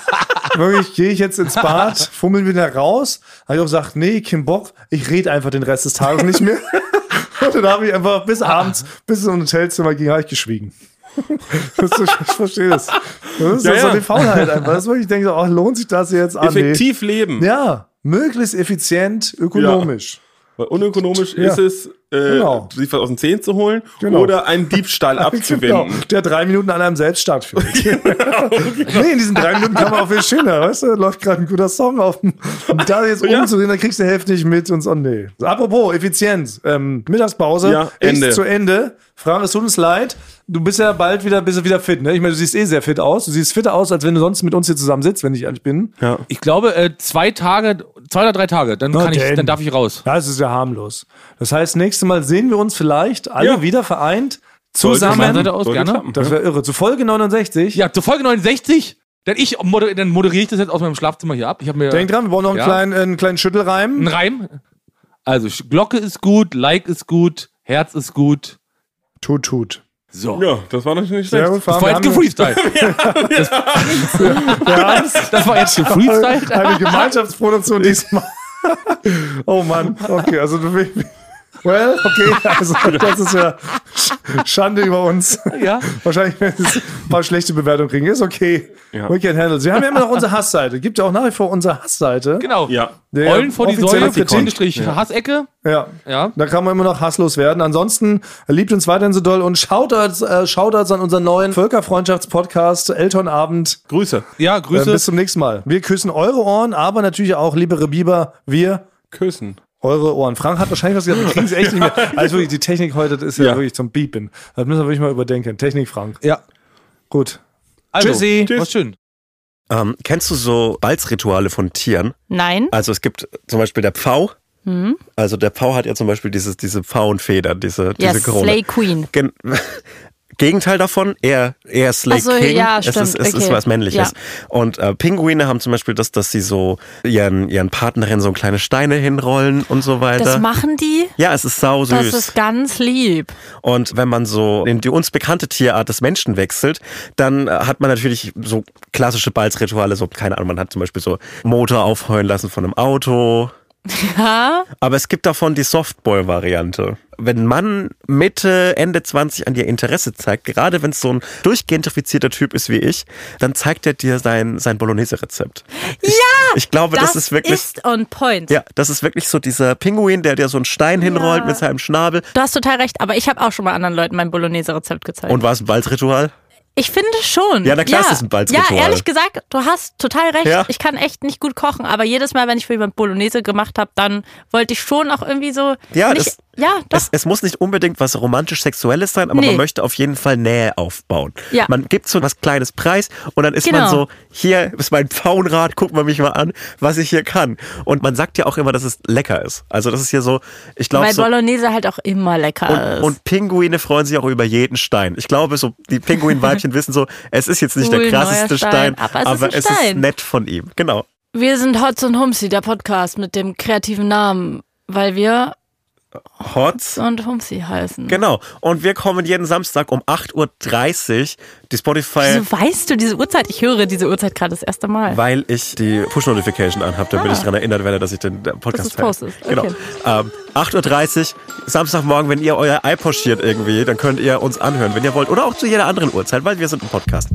S2: wirklich, gehe ich jetzt ins Bad, fummel wieder raus. Habe ich auch gesagt, nee, kein Bock, ich rede einfach den Rest des Tages nicht mehr. Und dann habe ich einfach bis abends, bis ins Hotelzimmer ging, habe ich geschwiegen. Das ist, ich verstehe das. Das ist
S1: Ja,
S2: ja, so
S1: ja.
S2: eine Faulheit einfach. Das ist wirklich, ich denke, so, ach, lohnt sich das jetzt an? Ah, Nee.
S1: Effektiv leben.
S2: Ja, möglichst effizient, ökonomisch.
S1: Weil unökonomisch
S2: Ja.
S1: ist es, äh,
S2: Genau.
S1: sich was aus den Zehen zu holen
S2: Genau.
S1: oder einen Diebstahl abzuwenden. Genau,
S2: Genau. Der hat drei Minuten an einem selbst stattfindet. Nee, in diesen drei Minuten kann man auf jeden schöner, weißt du? Läuft gerade ein guter Song auf. dem- Und da jetzt
S1: Ja.
S2: umzudrehen, dann kriegst du die Hälfte nicht mit und so. Nee. So, apropos Effizienz. Ähm, Mittagspause
S1: Ja, Ende.
S2: ist zu Ende. Frank, es tut uns leid. Du bist ja bald wieder, bist du wieder fit, ne? Ich meine, du siehst eh sehr fit aus. Du siehst fitter aus, als wenn du sonst mit uns hier zusammen sitzt, wenn ich ehrlich bin.
S1: Ja.
S3: Ich glaube, äh, zwei Tage, zwei oder drei Tage, dann,
S2: Na
S3: kann ich,
S2: denn.
S3: dann darf ich raus.
S2: Ja, es ist ja harmlos. Das heißt, nächstes Mal sehen wir uns vielleicht alle
S1: Ja.
S2: wieder vereint.
S3: Von meiner
S2: Zusammen.
S3: Seite aus
S1: Sollte
S3: gerne.
S1: klappen.
S2: Das wäre irre. Zu Folge 69.
S3: Ja, zur Folge 69, denn ich moder dann moderiere ich das jetzt aus meinem Schlafzimmer hier ab. Ich habe mir
S2: Denk dran, wir brauchen noch einen,
S3: Ja.
S2: kleinen, äh, einen kleinen Schüttelreim.
S3: einen Reim. Also Sch- Glocke ist gut, Like ist gut, Herz ist gut.
S2: Tut, tut.
S3: So.
S1: Ja, das war natürlich nicht schlecht.
S2: Sehr gut,
S3: Das war jetzt gefreestyle. Das, das war jetzt gefreestyle.
S2: Eine Gemeinschaftsproduktion diesmal. oh Mann, okay, also du Well, okay, also das ist ja Sch- Schande über uns.
S3: Ja.
S2: Wahrscheinlich werden wir ein paar schlechte Bewertungen kriegen. Ist okay.
S1: Ja.
S2: We can handle it. Wir haben ja immer noch unsere Hassseite. Gibt ja auch nach wie vor unsere Hassseite.
S3: Genau.
S1: Ja.
S2: Der
S3: Eulen vor die
S2: offizielle
S3: Säule,
S2: Kritik.
S3: Bindestrich Hassecke.
S2: Ja.
S3: Ja.
S2: Da kann man immer noch hasslos werden. Ansonsten liebt uns weiterhin so doll und Shoutouts, äh, Shoutouts an unseren neuen Völkerfreundschaftspodcast Elternabend.
S1: Grüße.
S3: Ja,
S2: Äh,
S3: Grüße.
S2: bis zum nächsten Mal. Wir küssen eure Ohren, aber natürlich auch, liebe Biber, wir
S1: Küssen.
S2: eure Ohren. Frank hat wahrscheinlich was gesagt, wir kriegen es echt nicht mehr. Also wirklich, die Technik heute das ist ja,
S1: Ja.
S2: wirklich zum Biepen. Das müssen wir wirklich mal überdenken. Technik, Frank.
S3: ja.
S2: Gut.
S3: Also,
S2: Tschüssi.
S3: War's schön.
S4: Ähm, kennst du so Balzrituale von Tieren?
S5: Nein.
S4: Also es gibt zum Beispiel der Pfau.
S5: Mhm.
S4: Also der Pfau hat ja zum Beispiel dieses, diese Pfauenfeder, diese, diese
S5: Yes,
S4: Krone.
S5: Slay Queen.
S4: Gen Gegenteil davon, eher, eher Slay
S5: Ach so,
S4: King.
S5: ja,
S4: es ist,
S5: stimmt,
S4: es ist
S5: okay.
S4: was Männliches.
S5: Ja.
S4: Und äh, Pinguine haben zum Beispiel das, dass sie so ihren, ihren Partnerin so kleine Steine hinrollen und so weiter.
S5: Das machen die?
S4: ja, es ist sau
S5: Das
S4: süß.
S5: ist ganz lieb.
S4: Und wenn man so in die uns bekannte Tierart des Menschen wechselt, dann äh, hat man natürlich so klassische Balzrituale, so, keine Ahnung, man hat zum Beispiel so Motor aufheulen lassen von einem Auto.
S5: Ja?
S4: Aber es gibt davon die Softball-Variante. Wenn ein Mann Mitte, Ende 20 an dir Interesse zeigt, gerade wenn es so ein durchgentrifizierter Typ ist wie ich, dann zeigt er dir sein, sein Bolognese-Rezept. Ich, ja! Ich glaube, das, ist wirklich.
S5: ist on point.
S4: ja, das ist wirklich so dieser Pinguin, der dir so einen Stein hinrollt mit seinem Schnabel.
S5: Du hast total recht, aber ich habe auch schon mal anderen Leuten mein Bolognese-Rezept gezeigt.
S4: Und war es ein Balzritual?
S5: ich finde schon.
S4: Ja, na klar, es ist ein Balzritual.
S5: Ja, ehrlich gesagt, du hast total recht.
S4: Ja.
S5: Ich kann echt nicht gut kochen, aber jedes Mal, wenn ich für jemand Bolognese gemacht habe, dann wollte ich schon auch irgendwie so.
S4: Ja,
S5: nicht,
S4: das-
S5: ja doch.
S4: Es, es muss nicht unbedingt was romantisch-sexuelles sein, aber
S5: Nee.
S4: man möchte auf jeden Fall Nähe aufbauen.
S5: Ja.
S4: Man gibt so was Kleines preis und dann ist man
S5: Genau.
S4: so, hier ist mein Pfauenrad, guck mal mich mal an, was ich hier kann. Und man sagt ja auch immer, dass es lecker ist. Also das ist hier so, ich glaube
S5: weil
S4: so...
S5: Bolognese halt auch immer lecker
S4: Und,
S5: ist.
S4: und Pinguine freuen sich auch über jeden Stein. Ich glaube, so die Pinguinweibchen wissen so, es ist jetzt nicht
S5: Cool,
S4: der krasseste
S5: neuer Stein,
S4: Stein,
S5: aber es ist ein Stein.
S4: nett von ihm. Genau.
S5: wir sind Hotz und Humsi, der Podcast mit dem kreativen Namen, weil wir
S4: Hotz.
S5: und Humsi heißen.
S4: Genau. Und wir kommen jeden Samstag um 8.30 Uhr die Spotify...
S5: Wieso weißt du diese Uhrzeit? Ich höre diese Uhrzeit gerade das erste Mal.
S4: Weil ich die Push-Notification anhabe, damit ich daran erinnert werde, dass ich den äh, Podcast
S5: Dass du's postest, okay.
S4: Genau. Ähm, 8.30 Uhr, Samstagmorgen, wenn ihr euer Ei poschiert irgendwie, dann könnt ihr uns anhören, wenn ihr wollt. Oder auch zu jeder anderen Uhrzeit, weil wir sind ein Podcast.